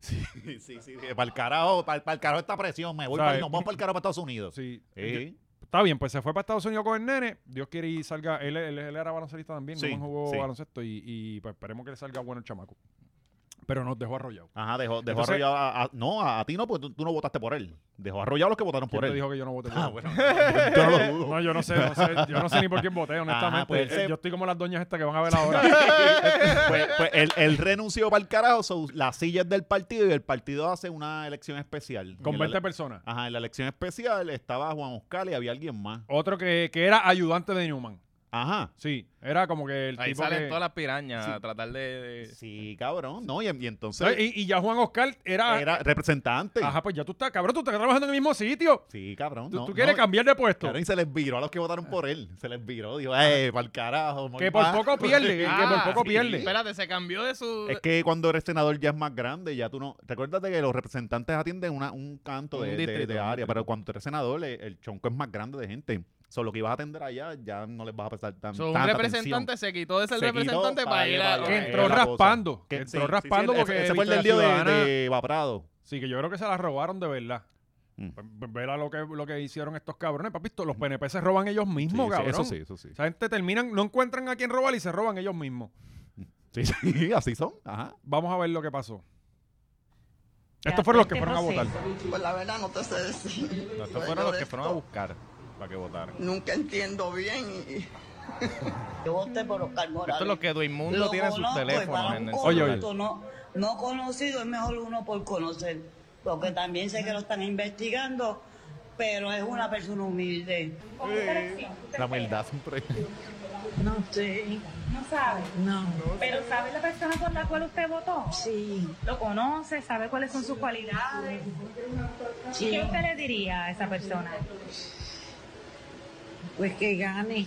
S2: Sí, sí, sí, Para el carajo, para, el carajo esta presión. Me voy
S1: ¿Sabes?
S2: para, nos vamos para el carajo para Estados Unidos.
S1: Sí. eh,
S2: Sí.
S1: Está bien, pues se fue para Estados Unidos con el nene. Dios quiere y salga. Él, él- él era baloncelista también,
S2: Sí,
S1: no jugó
S2: sí.
S1: baloncesto y, y, pues, esperemos que le salga bueno el chamaco. Pero nos dejó arrollado.
S2: Ajá, dejó, dejó
S1: Entonces-
S2: arrollado a, a- No, a, a ti no, porque tú, tú no votaste por él. Dejó arrollado a los que votaron
S1: ¿Quién
S2: por
S1: te
S2: él.
S1: dijo que yo no voté por
S2: Ah,
S1: él?
S2: bueno. Yo no lo dudo.
S1: No, yo no sé, no sé, yo no sé ni por quién voté, honestamente. Eh,
S2: Ajá, pues él se-
S1: Yo estoy como las doñas estas que van a ver ahora.
S2: pues, pues él, él renunció para el carajo, so, la silla es del partido y el partido hace una elección especial.
S1: con
S2: En la
S1: 20
S2: ele-
S1: personas.
S2: Ajá, en la elección especial estaba Juan Oscar y había alguien más.
S1: Otro que, que era ayudante de Newman.
S2: Ajá.
S1: Sí, era como que el
S3: Ahí
S1: tipo
S3: salen
S1: que-
S3: todas las pirañas a tratar de... de-
S2: Sí, cabrón, ¿no? Y, y entonces
S1: ¿Sabes? Y, y ya Juan Oscar era...
S2: era representante.
S1: Ah. Ajá, pues ya tú estás, cabrón, tú estás trabajando en el mismo sitio.
S2: Sí, cabrón.
S1: Tú,
S2: no,
S1: tú quieres
S2: no,
S1: cambiar de puesto.
S2: cabrón, y se les viró a los que votaron por él. Se les viró. Dijo, eh, para el carajo. muy
S1: que por
S2: mal".
S1: poco pierde, que
S3: Ah,
S1: por poco
S3: sí.
S1: pierde.
S3: Espérate, se cambió de su...
S2: Es que cuando eres senador ya es más grande, ya tú no. Recuérdate que los representantes atienden una- un canto
S3: Un
S2: de, de-
S3: distrito,
S2: de
S3: un
S2: área,
S3: distrito.
S2: pero cuando eres senador, el, el chonco es más grande de gente. Solo que ibas a atender allá, ya no les vas a prestar tan,
S3: So, un
S2: tanta
S3: representante
S2: atención.
S3: se quitó de ser
S2: Se quitó
S3: representante para ir a...
S2: para
S1: Que
S2: allá.
S1: entró
S2: la cosa.
S1: raspando.
S2: Que-
S1: Que
S2: sí,
S1: entró
S2: sí, sí,
S1: raspando
S2: ese-
S1: porque...
S2: Ese fue el del
S1: Victoria
S2: lío de,
S1: Ciudadana-
S2: de Vaprado.
S1: Sí, que yo creo que se la robaron de verdad.
S2: Mm.
S1: Pues, pues, Vela lo que, lo que hicieron estos cabrones, papito. Los PNP se roban ellos mismos, cabrón.
S2: eso sí, eso sí.
S1: O sea, gente terminan, no encuentran a quién robar y se roban ellos mismos.
S2: Sí, sí, así son. Ajá.
S1: Vamos a ver lo que pasó. Estos fueron los que fueron a votar.
S8: Pues la verdad no te sé decir.
S3: Estos fueron los que fueron a buscar para que votaran.
S8: Nunca entiendo bien. y- Yo voté por Oscar Morales.
S3: Esto es lo que Duimundo tiene en sus
S8: conozco y
S3: teléfonos
S8: para
S3: en
S8: un
S3: el
S1: Oye, oye.
S3: celular.
S8: corrupto No, no conocido es mejor uno por conocer. Porque también sé que lo están investigando, pero es una persona humilde.
S2: La humildad siempre.
S8: No sé.
S9: No sabe,
S8: No.
S9: pero sabe la persona por la cual usted votó.
S8: Sí.
S9: Lo conoce, sabe cuáles son sus cualidades.
S8: Sí.
S9: ¿Qué usted le diría a esa persona?
S8: Pues que gane.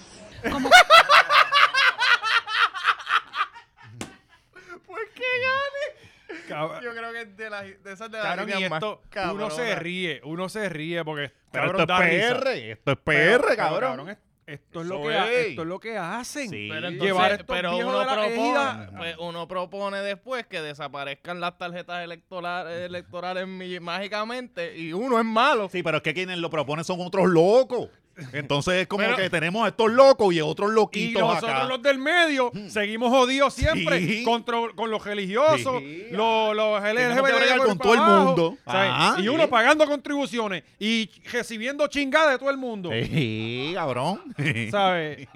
S1: Cab-
S3: Yo creo que es de, las- de esas de las
S1: Cabrón, y
S3: líneas más
S1: esto, uno
S3: cabronas.
S1: se ríe, uno se ríe porque
S2: Pero
S1: cabrón,
S2: esto
S1: da
S2: es
S1: risa.
S2: PR. Esto es PR,
S1: Pero- pero,
S2: cabrón.
S1: es- esto, es lo
S2: Eso
S1: que, ha-
S2: es.
S1: esto es lo que hacen.
S2: Sí.
S3: Pero, entonces,
S1: Llevar estos
S3: pero
S1: viejos
S3: uno,
S1: de la
S3: propone,
S1: ejida.
S3: pues, uno propone después que desaparezcan las tarjetas electoral- electorales mi- mágicamente y uno es malo.
S2: Sí, pero es que quienes lo proponen son otros locos. Entonces es como
S3: Pero-
S2: que tenemos a estos locos y a otros
S1: Y
S2: loquitos
S1: nosotros
S2: acá. Mm.
S1: los del medio seguimos jodidos siempre
S2: Sí.
S1: contra- con los religiosos,
S2: Sí.
S1: los, los
S2: Tenemos que
S1: LGBT
S2: bregar
S1: por
S2: con
S1: pa'
S2: todo el
S1: abajo,
S2: mundo.
S1: ¿sabes?
S2: Ajá,
S1: y
S2: sí.
S1: uno pagando contribuciones y recibiendo chingada de todo el mundo.
S2: Sí, cabrón.
S1: ¿Sabes?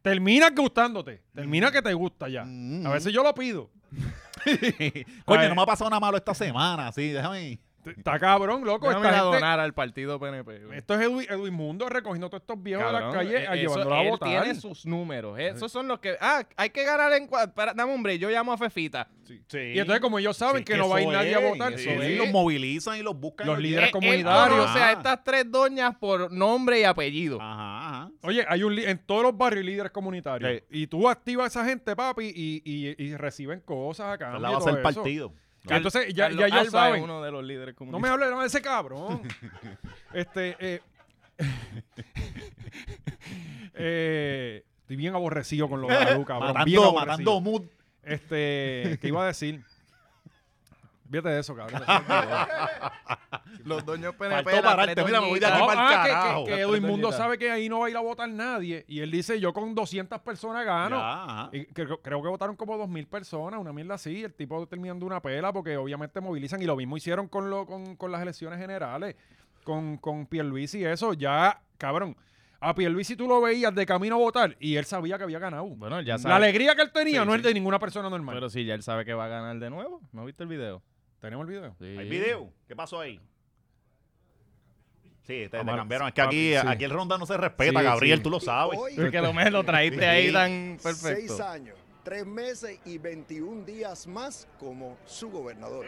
S1: Termina gustándote. Termina que te gusta ya.
S2: Mm.
S1: A veces yo lo pido.
S2: Coño,
S1: Ay.
S2: no me ha pasado nada malo esta semana, sí, déjame.
S1: Está cabrón, loco.
S3: Déjame
S1: esta
S3: ir a
S1: gente-
S3: donar al partido PNP. güey.
S1: esto es Edwin, Edwin Mundo recogiendo todos estos viejos de las
S3: Cabrón,
S1: calles a
S3: eh, eso-
S1: llevándolos a
S3: él
S1: votar.
S3: tiene sus números. eh, Esos son los que. Ah, hay que ganar en. cua- Para, dame, hombre, yo llamo a Fefita.
S1: Y entonces, como ellos saben
S2: Sí,
S1: que, no va a ir
S2: eso
S1: nadie
S2: es,
S1: a votar,
S2: eso
S1: sí.
S2: es, Los movilizan y los buscan. Eh, y
S1: Los líderes
S3: Eh, Él- él
S1: comunitarios. Ah.
S3: conoce a estas tres doñas por nombre y apellido.
S2: Ajá, ajá.
S1: Oye, hay un li- en todos los barrios hay líderes comunitarios.
S2: Sí.
S1: Y tú activas a esa gente, papi, y, y- y reciben cosas acá.
S2: La va a hacer partido.
S1: Que entonces ya,
S3: Carlos
S1: ya ellos
S3: Alba es
S1: saben.
S3: uno de los líderes
S1: No me
S3: comunitarios.
S1: hables no, de ese cabrón. este, eh, eh, estoy bien aborrecido con lo de la luz, cabrón. bien
S2: Matando,
S1: aborrecido.
S2: matando mood.
S1: Este, ¿qué iba a decir? Fíjate de eso, cabrón.
S3: Los doños PNP.
S2: Faltó
S3: las tres
S2: pararte, mira, me voy de aquí
S1: No,
S2: pa'l
S1: ah, que-
S2: carajo.
S1: que, que, Edwin Mundo sabe que ahí no va a ir a votar nadie. Y él dice, yo con 200 personas gano.
S2: Ya,
S3: Ah.
S2: ajá.
S1: Y creo, creo que votaron como 2.000 personas, una mierda así. El tipo terminando una pela porque obviamente movilizan. Y lo mismo hicieron con, lo, con, con las elecciones generales, con, con Pierluisi y eso. Ya, cabrón, a Pierluisi tú lo veías de camino a votar y él sabía que había ganado.
S3: Bueno, ya
S1: la
S3: sabe.
S1: alegría que él tenía
S3: Sí,
S1: no es
S3: sí.
S1: de ninguna persona normal.
S3: Pero sí, ya él sabe que va a ganar de nuevo. ¿No viste el video?
S1: ¿Tenemos el video?
S3: Sí.
S2: ¿Hay video? ¿Qué pasó ahí? Sí, te, te
S1: Amar-
S2: cambiaron. Es que
S1: papi,
S2: aquí,
S1: sí.
S2: aquí el ronda no se respeta,
S3: Sí,
S2: Gabriel,
S3: sí.
S2: tú lo sabes.
S3: Porque lo, me lo traíste ahí tan
S10: Seis
S3: perfecto.
S10: años, tres meses y 21 días más como su gobernador.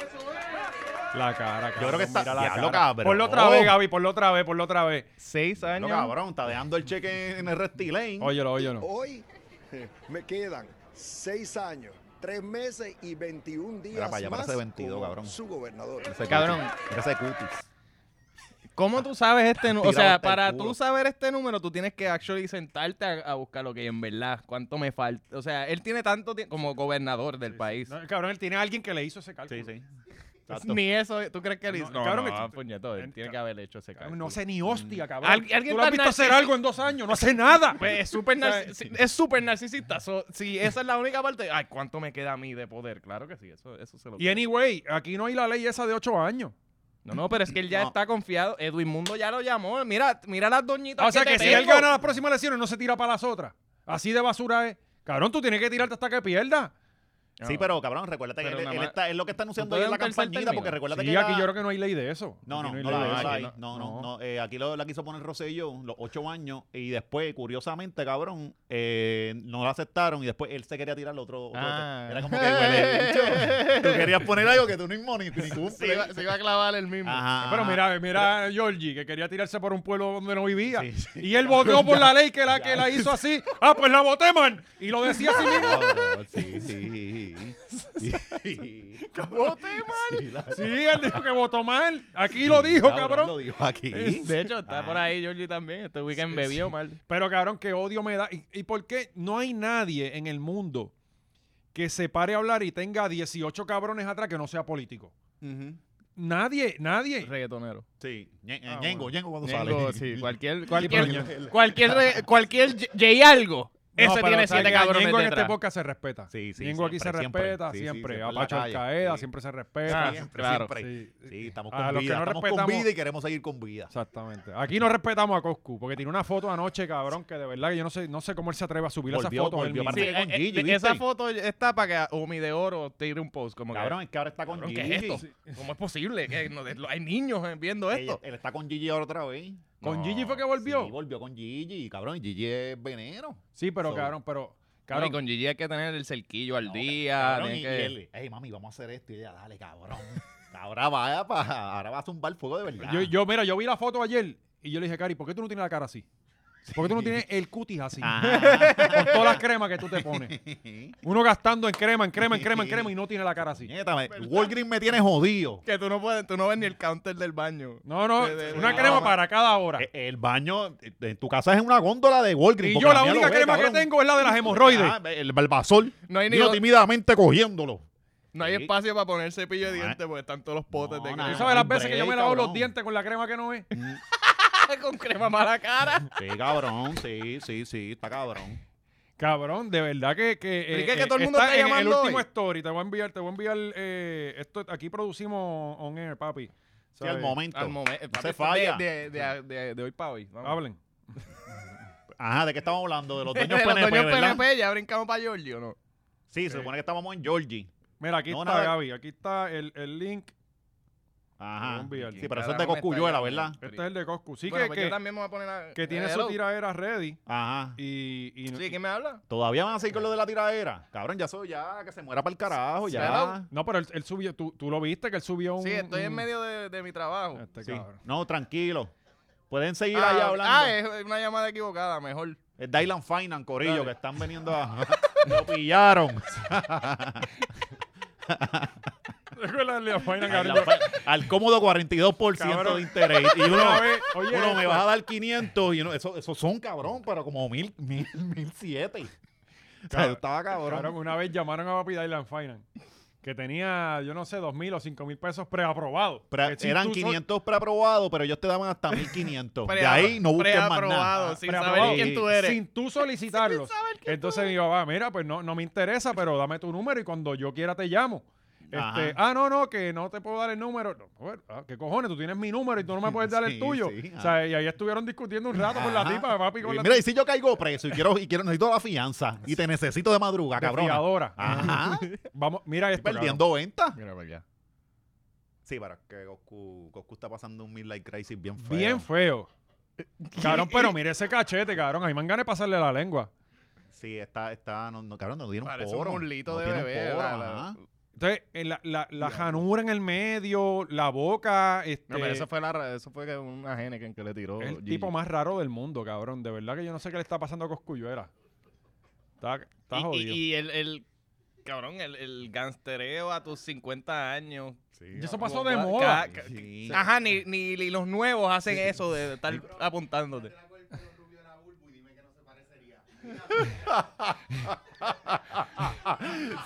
S1: La cara, cabrón.
S2: creo que está-
S1: mira la
S2: diablo,
S1: cara.
S2: cabrón.
S1: Ponlo otra vez, Gaby, ponlo otra vez, ponlo otra vez.
S3: Oh. Seis
S2: No,
S3: años.
S2: cabrón, está dejando el cheque en el restilane.
S1: Óyelo, óyelo.
S3: Oh.
S10: Hoy me quedan seis años, tres meses y 21 días
S2: para allá, para
S10: más
S2: ese 22,
S10: como
S2: cabrón.
S10: su gobernador.
S3: Cabrón.
S2: Mira ese cutis.
S3: ¿Cómo tú sabes este número? O
S2: Tirado
S3: sea,
S2: hasta el
S3: para
S2: culo.
S3: tú saber este número, tú tienes que actually sentarte a, a buscar lo que hay en verdad. ¿Cuánto me falta? O sea, él tiene tanto tiempo como gobernador del país.
S1: No, cabrón, él tiene a alguien que le hizo ese cálculo.
S2: Sí, sí.
S3: Ni eso, ¿tú crees que
S1: No,
S3: él hizo? No,
S1: cabrón,
S3: no,
S1: esto-
S3: puñeto, él
S1: en-
S3: tiene que haber hecho ese
S1: Cabrón,
S3: cálculo.
S1: No hace ni hostia, cabrón.
S3: Al- alguien
S1: Tú lo has
S3: tan
S1: visto hacer
S3: narcisista.
S1: algo en dos años, no hace nada.
S3: Pues es súper narci- es súper narcisista. So, si esa es la única parte, ay, ¿cuánto me queda a mí de poder? Claro que sí, eso, eso se lo
S1: Y anyway, aquí no hay la ley esa de ocho años.
S3: No, no, pero es que él ya
S2: No.
S3: está confiado. Edwin Mundo ya lo llamó. Mira, mira las doñitas.
S1: O sea
S3: te
S1: que si él
S3: tengo.
S1: gana las próximas elecciones, no se tira para las otras. Así de basura es. Cabrón, tú tienes que tirarte hasta que pierda.
S2: Sí, pero cabrón, recuérdate
S3: Pero
S2: que él,
S3: nada
S2: él
S3: más-
S2: está, es lo que está anunciando ahí
S3: Entonces,
S2: en la
S3: un tercer
S2: campanita,
S3: término.
S2: porque recuérdate
S1: Sí,
S2: que
S1: aquí
S2: la-
S1: yo creo que no hay ley de eso.
S2: No, no,
S1: Aquí
S2: no,
S1: hay
S2: la
S1: ley de
S2: veo
S1: eso.
S2: ahí. No, no, no. Eh, aquí lo- la quiso poner Rosselló los ocho años y después, curiosamente, cabrón, eh, no la aceptaron y después él se quería tirar al otro. otro-
S3: Ah.
S2: Era como que huele bicho. Tú querías poner algo que tú ni, ni, ni
S3: Se iba,
S2: cumples.
S3: se iba a clavar el mismo.
S2: Ajá,
S1: Eh, Pero
S2: ajá.
S1: mira, mira a Georgie, que quería tirarse por un pueblo donde no vivía.
S2: Sí, sí.
S1: Y él votó por la ley que la, que la hizo así. Ah, pues la voté, man. Y lo decía así mismo.
S2: Cabrón, Sí, sí. sí. Sí, la-
S1: Sí, él dijo que votó mal. Aquí lo dijo, cabrón. Este.
S2: Lo dijo aquí.
S3: De hecho, está
S2: Ah.
S3: por ahí Georgie también. Este weekend bebió mal.
S1: Pero cabrón, qué odio me da. ¿Y, y por qué no hay nadie en el mundo que se pare a hablar y tenga 18 cabrones atrás que no sea político?
S2: Ujú.
S1: Nadie, nadie.
S3: Reggaetonero.
S2: Sí. Ñe- eh,
S1: Ah,
S2: Ñengo,
S1: bueno.
S2: Ñengo cuando
S3: Ñengo,
S2: sale.
S3: sí, cualquier,
S1: Sí,
S3: cualquier, cualquier, re- cualquier J J algo.
S1: No,
S3: Ese
S1: pero
S3: tiene
S1: o sea,
S3: siete
S1: que
S3: cabrones
S2: este
S1: Ñengo en esta
S3: detrás.
S1: época se respeta.
S2: Sí, sí,
S1: Ñengo aquí se
S2: siempre, siempre.
S1: respeta
S2: Sí, sí,
S1: siempre.
S2: siempre
S1: a
S2: en la
S1: Pacho
S2: calle,
S1: Alcaeda
S2: sí.
S1: siempre se respeta.
S3: Ah,
S2: Siempre,
S3: claro.
S2: siempre.
S1: Sí.
S2: Sí, estamos
S1: A
S2: con
S1: los que
S2: vida.
S1: no
S2: estamos con
S1: respetamos-
S2: vida y queremos seguir con vida.
S1: Exactamente. Aquí no respetamos a Coscu, porque tiene una foto anoche, cabrón, que de verdad que yo no sé, no sé cómo él se atreve a subir esa
S2: Volvió-
S1: foto. él
S2: volvió
S1: mismo.
S2: para
S3: Sí,
S2: Aparte con
S3: eh, eh,
S2: Gigi, ¿viste?
S3: esa foto está para que Omi de Oro tire un post. Como que,
S2: Cabrón, es que ahora está con
S3: cabrón,
S2: Gigi.
S3: ¿qué es esto? ¿Cómo es posible? que no- de- hay niños eh, viendo
S2: Ella-
S3: esto.
S2: él está con Gigi ahora otra vez.
S1: Con
S3: No,
S1: Gigi fue que volvió.
S2: Sí,
S1: Sí,
S2: volvió con Gigi, cabrón. y Gigi es veneno.
S1: pero
S2: So-
S1: cabrón, pero
S3: Cabrón,
S1: cabrón,
S3: y con Gigi hay que tener el cerquillo al
S2: No,
S3: día.
S2: cabrón,
S3: tiene
S2: y,
S3: que-
S2: y él, "Ey, mami, vamos a hacer esto. Y ella, dale, cabrón. Ahora va, pa- ahora va a zumbar fuego de verdad.
S1: Yo, yo, mira, yo vi la foto ayer y yo le dije, Cari, ¿por qué tú no tienes la cara así? ¿Por qué tú no tienes el cutis así?
S2: Ajá.
S1: Con todas las cremas que tú te pones. Uno gastando en crema, en crema, en crema, en crema y no tiene la cara así.
S2: Nieta, me- Walgreens me tiene jodido.
S3: Que tú no, puedes, tú no ves ni el counter del baño.
S1: No, no,
S3: De- de- de-
S1: una
S3: no,
S1: crema
S3: no.
S1: para cada hora.
S2: Eh, El baño eh, en tu casa es una góndola de Walgreens.
S1: Y
S2: porque
S1: yo la
S2: mía lo
S1: única
S2: ve,
S1: crema que
S2: cabrón.
S1: tengo es la de las hemorroides.
S2: Ah, el barbasol.
S3: No hay ni
S2: Yo
S3: do-
S2: tímidamente cogiéndolo.
S3: No hay
S2: Sí.
S3: espacio para poner cepillo de
S2: No,
S3: dientes porque están todos los potes
S2: no,
S3: de
S2: no,
S1: ¿Tú
S3: crema.
S1: sabes las veces
S2: hombre,
S1: que yo me lavo los
S2: cabrón.
S1: dientes con la crema que no es?
S3: con crema para la cara.
S2: Sí, cabrón. Sí, sí, sí. Está cabrón.
S1: Cabrón, de verdad que, que, eh,
S3: Enrique, que
S1: eh,
S3: todo el mundo está
S1: en el
S3: llamando
S1: último
S3: hoy.
S1: story. Te voy a enviar, te voy a enviar eh, esto. Aquí producimos on air, papi.
S2: Sí, al
S1: ¿Sabes?
S2: momento.
S3: Al momento.
S2: No se falla.
S3: De, de- de- de- de hoy para hoy. vamos.
S1: Hablen.
S2: Ajá, ¿de qué estamos hablando? De los dueños
S3: De los
S2: PNP,
S3: dueños
S2: ¿verdad?
S3: PNP, ya brincamos para Giorgio, ¿no?
S2: Sí, se supone que estábamos en Georgie.
S1: Mira, aquí
S2: No,
S1: está
S2: nada.
S1: Gaby, aquí está el, el link.
S2: Ajá.
S1: Colombiar.
S2: Sí, pero eso es de Coscuyuela, ¿verdad?
S1: Este es el de Coscu. Sí,
S3: Bueno,
S1: que,
S3: pues yo
S1: que,
S3: también me voy a poner a- eh,
S1: que tiene su
S3: Hello.
S1: tiradera ready.
S2: Ajá.
S1: Y, y-
S3: Sí, ¿quién me habla?
S2: Todavía van a seguir con lo de la tiradera. Cabrón, ya soy ya, que se muera para el carajo, ya.
S3: Hello.
S1: no, pero él, él subió, tú, tú lo viste, que él subió un...
S3: Sí, estoy en
S1: un-
S3: medio de, de mi trabajo.
S1: Este
S2: Sí.
S1: cabrón.
S2: No, tranquilo. Pueden seguir
S3: ah,
S2: ahí
S3: ok. Ah,
S2: hablando.
S3: es una llamada equivocada, mejor.
S2: Es Dylan Finan, Corillo,
S3: Dale.
S2: que están veniendo a. Lo pillaron.
S1: Recuerda el Leo Fainan,
S2: Dylan
S1: cabrón.
S2: Finan, Al cómodo 42%
S1: Cabrón.
S2: de interés. Y uno,
S1: Una vez- oye,
S2: uno me
S1: esto.
S2: vas a dar 500 y uno, eso, eso son cabrón, pero como mil, mil, mil siete. O sea,
S1: Cabrón.
S2: estaba cabrón.
S1: Cabrón, una vez llamaron a Papi Dylan Finan, que tenía, yo no sé, dos mil o cinco mil pesos preaprobados.
S2: Pre-
S1: Que si
S2: eran
S1: tú sol-
S2: 500 preaprobados, pero ellos te daban hasta 1500. De ahí no busques más nada.
S3: Preaprobado, sin
S1: Preaprobado.
S3: saber quién tú eres.
S1: Sin tú solicitarlos. Entonces mi papá, mira, pues no, no me interesa, pero dame tu número y cuando yo quiera te llamo.
S2: Ajá.
S1: Este, ah, no, no, que no te puedo dar el número. No, joder, ah, ¿Qué cojones? Tú tienes mi número y tú no me puedes dar el
S2: Sí,
S1: tuyo.
S2: sí,
S1: o sea, y ahí estuvieron discutiendo un rato con la
S2: Ajá.
S1: tipa, papi, con
S2: Y
S1: la
S2: Mira, y si yo caigo preso y quiero, y quiero necesito la fianza y te necesito de madruga,
S1: de
S2: cabrón.
S1: fiadora.
S2: Ajá.
S1: Vamos, mira esto. cabrón.
S2: Perdiendo venta.
S3: Mira para allá.
S2: Sí, para que Goku, Goku está pasando un midlife crisis bien feo.
S1: Bien feo. Cabrón, pero mire ese cachete, cabrón. A mí me han ganas de pasarle la lengua.
S2: Sí, está, está, no, no, cabrón, no dieron
S3: Parece
S2: poro.
S3: un mulito
S2: No
S3: de
S2: tienen
S3: bebé,
S2: poro,
S3: la- la-
S2: ajá.
S1: Entonces, eh, la, la, la janura en el medio, la boca, este,
S3: No, pero eso fue, la, ra- eso fue que una gene que, que le tiró.
S1: es el
S3: Gigi.
S1: tipo más raro del mundo, cabrón. De verdad que yo no sé qué le está pasando a Cosculluela. Está, está
S3: Y- y,
S1: jodido.
S3: y el, el- cabrón, el, el gangstereo a tus 50 años.
S1: Y eso
S3: Como
S1: pasó de
S3: va-
S1: moda.
S3: ca- ca-
S2: Sí.
S3: Ajá, ni, ni, ni los nuevos hacen eso de estar apuntándote.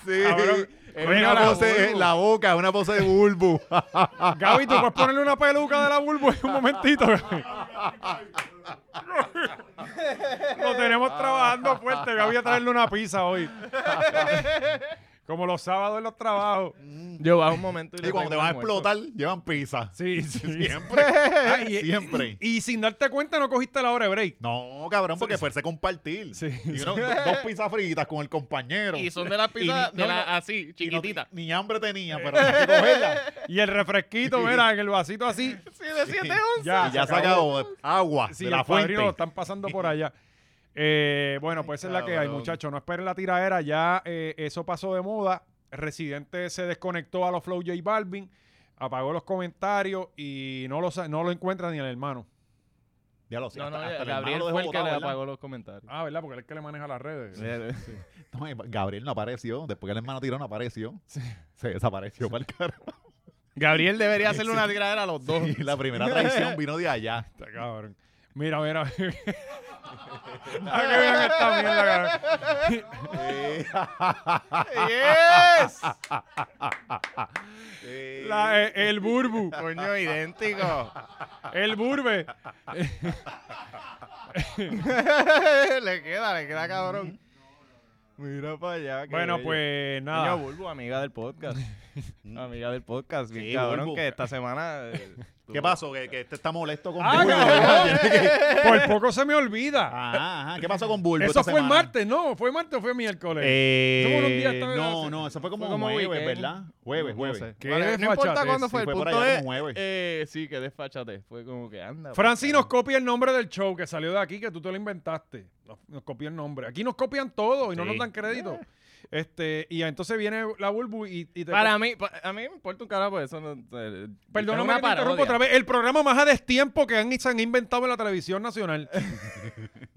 S2: Sí,
S1: Cabrón,
S2: es
S1: coño, la
S2: una pose,
S1: Bulbu.
S2: la boca, una pose de bulbu.
S1: Ah, Gaby, tú puedes ponerle una peluca de la vulva en un momentito. Lo tenemos trabajando fuerte. Gaby a traerle una pizza hoy. Como los sábados en los trabajos.
S3: Yo bajo un momento y,
S2: y cuando te van a explotar, llevan pizza.
S1: Sí, sí.
S2: Siempre.
S1: Ah, y-
S2: Siempre.
S1: Y, y sin darte cuenta no cogiste la hora de break.
S2: No, cabrón, porque fuerza compartir.
S1: Sí.
S2: Y uno- dos pizzas fritas con el compañero.
S3: y son de las pizzas,
S2: Y ni- no,
S3: de la-
S2: no.
S3: así,
S2: Y no-
S3: chiquititas.
S2: ni hambre tenía, pero tenía que cogerla.
S1: Y el refresquito, mira, en el vasito así.
S3: Sí, de 7 onzas.
S1: Ya,
S2: Y ya
S1: se acabó.
S2: sacado agua
S1: Sí,
S2: de la
S1: el padrino
S2: fuente.
S1: lo están pasando por allá. Eh, bueno, pues esa es la que hay,
S3: cabrón.
S1: muchachos. No esperen la tiradera. Ya eh, eso pasó de moda. Residente se desconectó a los Flow J Balvin, apagó los comentarios y no lo, sa- no lo encuentra ni el hermano.
S2: Ya lo sé.
S3: No, no,
S2: hasta- hasta el hermano
S3: Gabriel
S2: lo dejó
S3: fue el que
S2: botado,
S3: le
S2: ¿verdad?
S3: apagó los comentarios.
S1: Ah, ¿verdad? Porque él es el que le maneja las redes.
S2: No, eh, Gabriel no apareció. Después que el hermano tiró, no apareció. Se desapareció para el carro.
S3: Gabriel debería hacerle una tiradera a los dos.
S2: Y la primera traición vino de allá.
S1: Está cabrón. Mira, mira. Ah, Para que vean esta mierda, cabrón.
S3: ¡Yes!
S1: La- eh, el burbu.
S3: Coño, idéntico.
S1: El burbe.
S3: Ah, le queda, le queda cabrón. Mira para allá. qué
S1: Bueno,
S3: bello.
S1: pues
S3: Niño
S1: nada.
S3: Ah, Bulbo, amiga del podcast. amiga del podcast. Bien
S2: Sí,
S3: cabrón
S2: Bulbo.
S3: que esta semana. eh,
S2: ¿Qué pasó? Que, que este está molesto con
S1: Ah,
S2: Bulbo. Ah,
S1: Por poco se me olvida.
S2: Ajá, ajá. ¿Qué pasó con Bulbo
S1: Eso
S2: esta
S1: fue el
S2: semana?
S1: martes, ¿no? ¿Fue martes o fue
S3: pues.
S1: miércoles? Eso fue un día esta
S2: Eh,
S1: vez,
S2: no,
S1: hace-
S2: no, eso fue como,
S3: fue como
S2: jueves,
S3: weekend.
S2: ¿verdad? Jueves,
S3: no
S2: jueves.
S3: sé.
S1: Qué
S3: Vale, no importa
S1: desfachate,
S3: cuándo
S1: sí,
S3: fue,
S2: fue
S3: el
S2: por
S3: punto
S2: allá
S3: es.
S2: como jueves.
S3: eh, sí, que desfachate. Fue como que anda. pues,
S1: Franci
S3: por
S1: nos copia el nombre del show que salió de aquí, que tú te lo inventaste. Nos, nos copió el nombre. Aquí nos copian todo y no
S2: Sí.
S1: nos dan crédito. Este, y entonces viene la Bulbu y, y te.
S3: carajo. Para mí, pa- a mí me importa un carajo, eso no. eh, es
S1: Perdóname
S3: una
S1: que te interrumpa
S3: parodia.
S1: otra vez. El programa más a destiempo que han, se han inventado en la televisión nacional.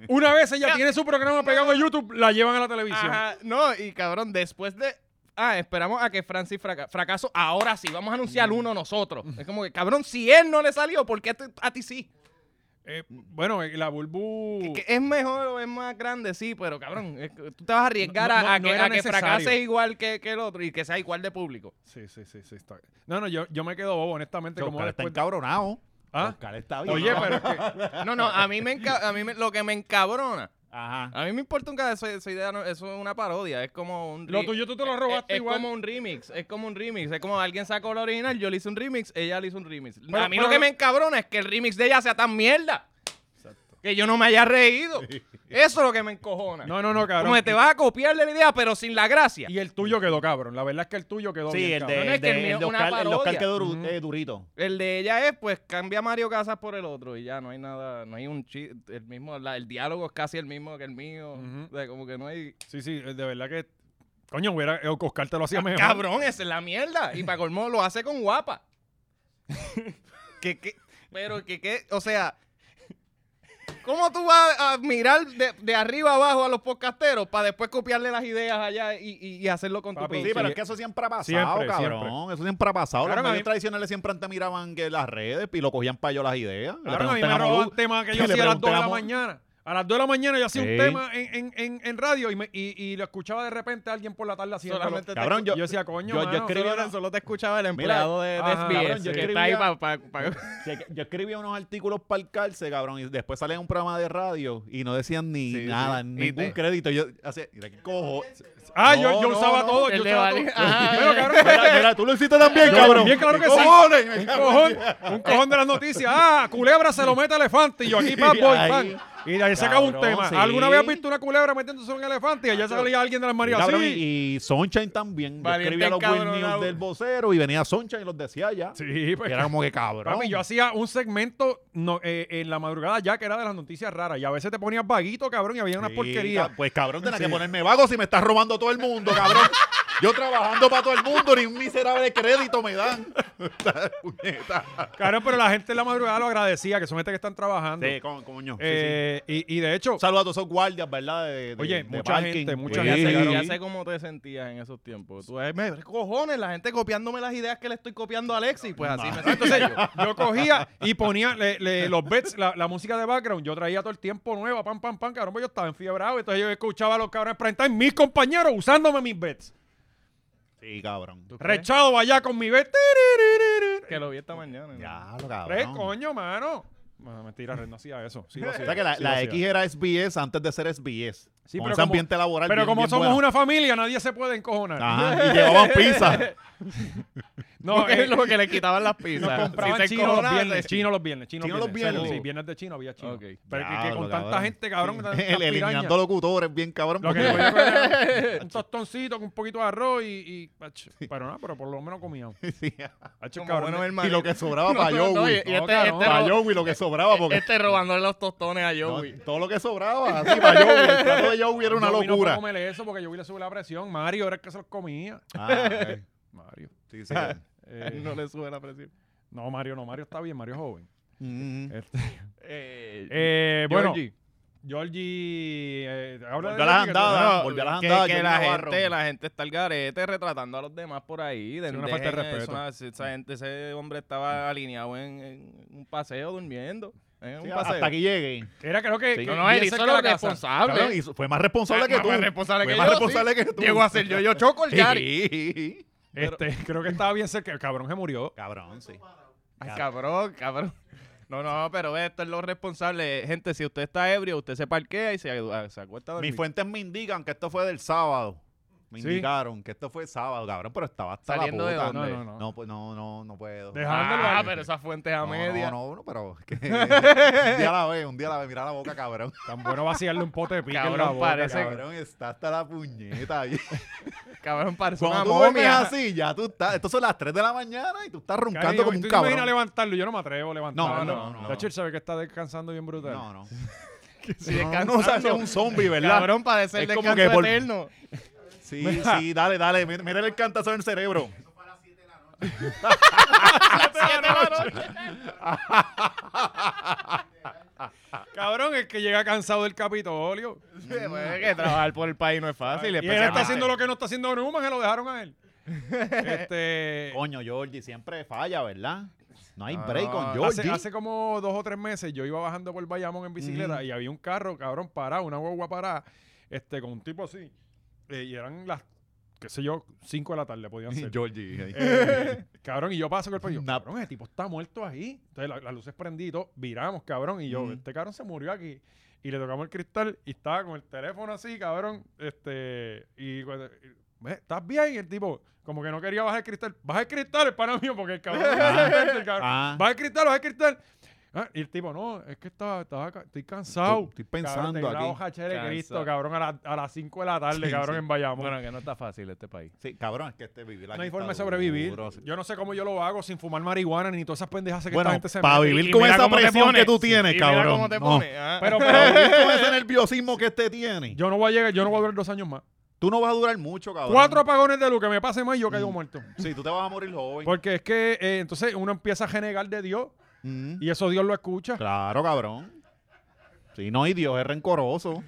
S1: Una vez ella tiene su programa pegado a YouTube, la llevan a la televisión.
S3: Ajá, no, y cabrón, después de. Ah, esperamos a que Francis fraca- fracaso. Ahora sí, vamos a anunciar
S1: Mm.
S3: uno nosotros. Es como que, cabrón, si él no le salió, ¿por qué a ti, a ti sí?
S1: Eh, bueno, eh, la Bulbu.
S3: Que es mejor o es más grande, sí, pero cabrón, es que tú te vas a arriesgar
S1: No,
S3: a,
S1: no,
S3: a
S1: no
S3: que,
S1: era
S3: a que
S1: necesario.
S3: fracases igual que, que el otro y que sea igual de público.
S1: Sí, sí, sí, sí. está- No, no, yo, yo me quedo bobo, honestamente.
S2: Oscar
S1: Como
S2: está
S1: después...
S2: encabronado.
S1: ¿Ah?
S2: Oscar está bien.
S1: Oye, pero es que.
S3: No, no, a mí, me enca- a mí me- lo que me encabrona.
S2: Ajá.
S3: A mí me importa un carajo, esa, esa idea no- eso es una parodia, es como un...
S1: Lo
S3: re-
S1: tuyo tú te lo
S3: es-
S1: robaste
S3: es,
S1: igual.
S3: como un remix, es como un remix, es como alguien sacó la original, yo le hice un remix, ella le hizo un remix.
S1: Pero-
S3: a mí lo
S1: pero-
S3: que me encabrona es que el remix de ella sea tan mierda. que yo no me haya reído. Eso es lo que me encojona.
S1: No, no, no, cabrón.
S3: Como que te vas a copiar de la idea, pero sin la gracia.
S1: Y el tuyo quedó cabrón. La verdad es que el tuyo quedó
S2: Sí,
S1: bien
S2: el de,
S1: cabrón.
S3: No, no, es
S2: el
S3: que el
S2: de,
S3: mío
S2: el de
S3: es una
S2: Oscar, el de Oscar
S3: parodia.
S2: quedó duru-
S1: Ujú.
S2: eh, durito.
S3: El de ella es, pues, cambia a Mario Casas por el otro y ya no hay nada, no hay un chiste, el mismo, la- el diálogo es casi el mismo que el mío,
S1: Ujú.
S3: o sea, como que no hay...
S1: Sí, sí, de verdad que... Coño, hubiera... eh, Oscar te lo hacía mejor.
S3: Cabrón, esa es la mierda, y para colmo lo hace con guapa. que, que, pero que, que, o sea, ¿cómo tú vas a mirar de, de arriba abajo a los podcasteros para después copiarle las ideas allá y, y- y hacerlo con tu
S1: Papi,
S2: Sí,
S1: Sí,
S2: pero
S1: sí.
S2: es que eso siempre ha pasado,
S1: Pues Siempre,
S2: cabrón.
S1: siempre.
S2: Eso siempre ha pasado.
S1: Claro, a
S2: los medios
S1: mí-
S2: tradicionales siempre antes miraban que las redes y lo cogían para ellos las ideas. Le
S1: Cabrón, a mí
S2: preguntan
S1: me
S2: a
S1: robaban
S2: Malú,
S1: temas que
S2: que
S1: yo
S2: le
S1: hacía a las 2 de la
S2: preguntamos-
S1: mañana. A las 2 de la mañana yo hacía
S2: Sí.
S1: un tema en, en, en, en radio y, me, y, y lo escuchaba de repente alguien por la tarde haciendo.
S3: Solamente te
S2: Cabrón, yo,
S1: yo decía, coño,
S2: yo- yo
S1: mano,
S2: escribí
S1: solo-
S3: Solo, solo te escuchaba el empleado de, de
S1: ajá,
S3: SBS,
S2: cabrón, yo
S3: que está ahí
S2: escribía-
S3: para... Pa, pa-
S2: Cheque- yo escribía unos artículos para el cárcel, cabrón, y después salía en un programa de radio y no decían ni
S3: Sí,
S2: nada,
S3: sí. Y
S2: ningún
S3: te-
S2: crédito. Yo hacía, mira, ¿qué cojo?
S1: Ah, yo,
S2: No,
S1: yo
S2: no,
S1: usaba
S2: no,
S1: todo.
S3: el
S1: Yo
S3: de
S1: usaba todo.
S3: Vali- Ajá.
S1: Pero, cabrón,
S2: Mira, mira, tú lo hiciste también, cabrón.
S1: Bien, claro que sí. Un cojón, un cojón de las noticias. Ah, culebra se lo mete a elefante y yo aquí, pa, voy,
S2: Ahí.
S1: pan. Y de ahí se acaba un
S2: Cabrón,
S1: tema.
S2: sí.
S1: ¿Alguna vez has visto una culebra metiéndose en un elefante y allá salía alguien de las Marías?
S2: Cabrón,
S1: Sí.
S2: y, y Sunshine también. Yo
S3: Valiente
S2: escribía los
S3: cabrón,
S2: Weird News
S3: cabrón.
S2: del vocero y venía Sunshine y los decía ya.
S1: Sí, pues.
S2: Y era como que cabrón.
S1: Papi, yo hacía un segmento no, eh, en la madrugada ya que era de las noticias raras y a veces te ponías vaguito, cabrón, y había una
S2: Sí,
S1: porquería.
S2: ca- Pues cabrón, tenés
S1: Sí.
S2: que ponerme vago si me estás robando todo el mundo, cabrón. Yo trabajando para todo el mundo, ni un miserable crédito me dan. Puñeta.
S1: Cabrón, pero la gente en la madrugada lo agradecía, que son gente que están trabajando.
S2: sí, co- coño. sí,
S1: Eh, y, y de hecho,
S2: sí. Saludos a todos esos guardias, ¿verdad? De- de-
S1: Oye,
S2: de
S1: mucha
S2: parking.
S1: gente, mucha
S2: Sí.
S3: ya, sé,
S1: gente,
S3: ya sé cómo te sentías en esos tiempos. Tú, "Ay, me- cojones, la gente copiándome las ideas que le estoy copiando a Alexis. Pues así me siento
S1: Entonces
S3: yo.
S1: yo, yo cogía y ponía le- le- los bets, la, la música de background, yo traía todo el tiempo nueva, pam, pam, pam, cabrón, pues yo estaba enfiebrado, entonces yo escuchaba a los cabrones prime time, mis compañeros usándome mis bets.
S2: Sí, cabrón.
S3: ¿Tú crees?
S1: Rechado allá con mi bet.
S3: Que lo vi esta mañana. ¿no?
S2: Ya, lo
S1: Tres,
S2: cabrón.
S1: coño, mano. Bueno, mentira, Red no hacía eso. Sí, lo
S2: O
S1: hacía,
S2: sea que la,
S1: sí lo
S2: la
S1: hacía.
S2: X era SBS antes de ser SBS.
S1: Sí,
S2: Con
S1: pero
S2: ese
S1: como-
S2: ambiente laboral.
S1: Pero
S2: bien-
S1: como
S2: bien
S1: somos
S2: bueno.
S1: una familia, nadie se puede encojonar.
S2: Ajá, y llevaban pizza.
S1: No,
S3: es
S1: eh,
S3: lo que le quitaban las
S1: nos
S3: pizzas.
S1: compraban
S3: Si eh, se
S1: chinos los
S3: encojonaban,
S1: viernes,
S3: se-
S1: chinos los viernes, chinos
S2: Chinos
S1: los
S2: los
S1: viernes.
S2: viernes.
S1: Sí, viernes de chino había chino.
S3: Ok.
S1: Pero que- que,
S2: Diablo,
S1: con tanta
S2: cabrón.
S1: gente, cabrón,
S2: Sí.
S1: tan- tan
S2: El- Eliminando
S1: piraña.
S2: locutores, bien cabrón.
S1: Lo que
S2: porque-
S1: le voy a comer era un tostoncito con un poquito de arroz y... y- ach, pero no, pero por lo menos comíamos.
S2: Sí.
S1: Ach,
S3: Como
S1: cabrón,
S3: buenos
S2: Y
S3: hermanitos.
S2: lo que sobraba
S3: No,
S2: para
S3: no,
S2: Joey.
S3: no, y- y
S1: No,
S3: este-
S1: cabrón.
S3: este
S2: para
S3: ro-
S2: Joey lo que sobraba porque
S3: Este robándole los tostones a
S2: no,
S3: Joey.
S2: todo lo que sobraba así para Joey el plato de Joey era una
S1: Joey no puedo
S2: locura
S1: comer eso porque yo vi le sube la presión. Mario era el que se los comía.
S2: Ah, ok.
S1: Mario.
S2: Sí, sí.
S1: Eh,
S3: No le sube la presión.
S1: no, Mario no. Mario está bien. Mario es joven.
S2: Mm.
S1: Este,
S3: Eh,
S1: eh, bueno,
S3: Georgie,
S1: Georgie... eh, habla de
S2: Volvió a las
S1: Georgie, que tú-
S2: andadas.
S1: Ah,
S2: volvió a las
S3: que-
S2: andadas,
S3: que
S2: Johnny
S3: la
S2: Navarro.
S3: gente, la gente está al garete retratando a los demás por ahí. de-
S1: Sí, una falta de
S3: dejen eso,
S1: respeto.
S3: una- si esa gente, ese hombre estaba alineado en, en un paseo durmiendo. En un
S2: Sí,
S3: paseo.
S2: hasta aquí llegue.
S1: Era creo que...
S2: Sí.
S1: que
S3: No, no, él
S1: bien
S3: hizo
S1: cerca de
S3: lo
S1: la casa.
S3: responsable.
S2: Cabrón, y fue más responsable que
S3: Más
S2: tú.
S3: responsable
S2: fue
S3: que
S2: más
S3: yo,
S2: responsable que tú.
S3: Llegó a ser yo, yo choco el Yari.
S2: Sí.
S1: Este, creo que estaba bien cerca. El cabrón se murió.
S2: Cabrón, sí.
S3: Ay, cabrón, cabrón. No, no, pero esto es lo responsable. Gente, si usted está ebrio, usted se parquea y se, ah, se acuesta a dormir.
S2: Mis fuentes me indican que esto fue del sábado. Me
S1: Sí.
S2: indicaron que esto fue sábado, cabrón, pero estaba hasta
S3: ¿Saliendo
S2: la
S3: de
S2: puta.
S1: dónde? No, no, no.
S2: No, pues, no, no, no puedo.
S1: Deja- Dejándolo
S3: Ah,
S1: ahí.
S3: pero esa fuente es a
S2: No,
S3: media.
S2: No, no, no, pero es que un día a la vez, un día a la vez, mira la boca, cabrón.
S1: Tan bueno vaciarle un pote de pique en la
S3: Cabrón,
S1: boca,
S3: parece-
S1: cabrón.
S2: Cabrón, está hasta la puñeta. ahí.
S3: Cabrón, parece una
S2: Cuando tú duermes
S3: momia.
S2: así, ya tú estás. Esto son las 3 de la mañana y tú estás roncando
S1: Cariño,
S2: como
S1: ¿tú
S2: un
S1: te
S2: cabrón.
S1: imaginas levantarlo? Yo no me atrevo a levantarlo.
S2: No, no, no, no.
S1: Tacho, él sabe que está descansando bien brutal.
S2: No, no.
S3: Sí,
S2: No,
S3: descansando.
S2: no, o sea, es un zombie, ¿verdad?
S3: Cabrón, parece el
S2: Es como
S3: descanso
S2: que por-
S3: eterno.
S2: Sí, sí, dale, dale. mí- Mira el cantazo en el cerebro.
S1: Cabrón, es que llega cansado del Capitolio.
S3: Sí, pues, es que trabajar por el país no es fácil.
S1: Y él está haciendo lo que no está haciendo Newman, se lo dejaron a él. Este,
S2: Coño, Georgie, siempre falla, ¿verdad? No hay
S3: No,
S2: break con
S1: hace,
S2: Georgie.
S1: hace como dos o tres meses yo iba bajando por Bayamón en bicicleta y había un carro, cabrón, parado, una guagua parada, este, con un tipo así. Eh, y eran las, qué sé yo, cinco de la tarde podían ser.
S2: Georgie. ahí.
S1: Eh, cabrón, y yo paso con el país. yo,
S2: Nap.
S1: Cabrón, ese tipo está muerto ahí. Entonces la- las luces prendidas, viramos, cabrón. Y yo,
S2: Mm.
S1: este cabrón se murió aquí. Y le tocamos el cristal y estaba con el teléfono así, cabrón. Este, y cuando- y, "Ve, ¿estás bien? Y el tipo, como que no quería bajar el cristal. Baja el cristal, es para mí, porque el cabrón. el cabrón,
S2: Ah.
S1: Baja el cristal, baja el cristal. Ah, y el tipo, no, es que estaba, estaba ca- estoy cansado.
S2: Estoy- estoy pensando
S1: cabrón,
S2: aquí.
S1: hoja de Cristo,
S3: Cansado.
S1: cabrón, a, la- a las 5 de la tarde,
S2: Sí,
S1: cabrón,
S2: sí.
S1: en Bayamón.
S3: Bueno, que no está fácil este país.
S2: Sí, cabrón, es que este vivir aquí
S1: no hay
S2: está
S1: forma de sobrevivir.
S2: duro, sí.
S1: Yo no sé cómo yo lo hago sin fumar marihuana ni todas esas pendejas que
S2: Bueno,
S1: esta gente se
S2: pa'
S1: mete.
S2: vivir
S3: Y
S2: con
S3: mira
S2: esa
S3: cómo te
S2: presión
S3: pones.
S2: que tú tienes,
S3: Y mira
S2: cabrón.
S3: cómo te
S2: no.
S3: pones, ah.
S1: ¿eh? Pero,
S2: Para
S1: pero
S2: vivir con ese nerviosismo que este tiene.
S1: yo no voy a llegar, yo no voy a durar dos años más.
S2: Tú no vas a durar mucho, cabrón.
S1: Cuatro apagones de luz que me pase más y yo caigo
S2: Mm.
S1: muerto.
S2: Sí, tú te vas a morir joven.
S1: Porque es que eh, entonces uno empieza a renegar de Dios
S2: Mm.
S1: y eso Dios lo escucha.
S2: Claro, cabrón. Sí, no, y Dios es rencoroso.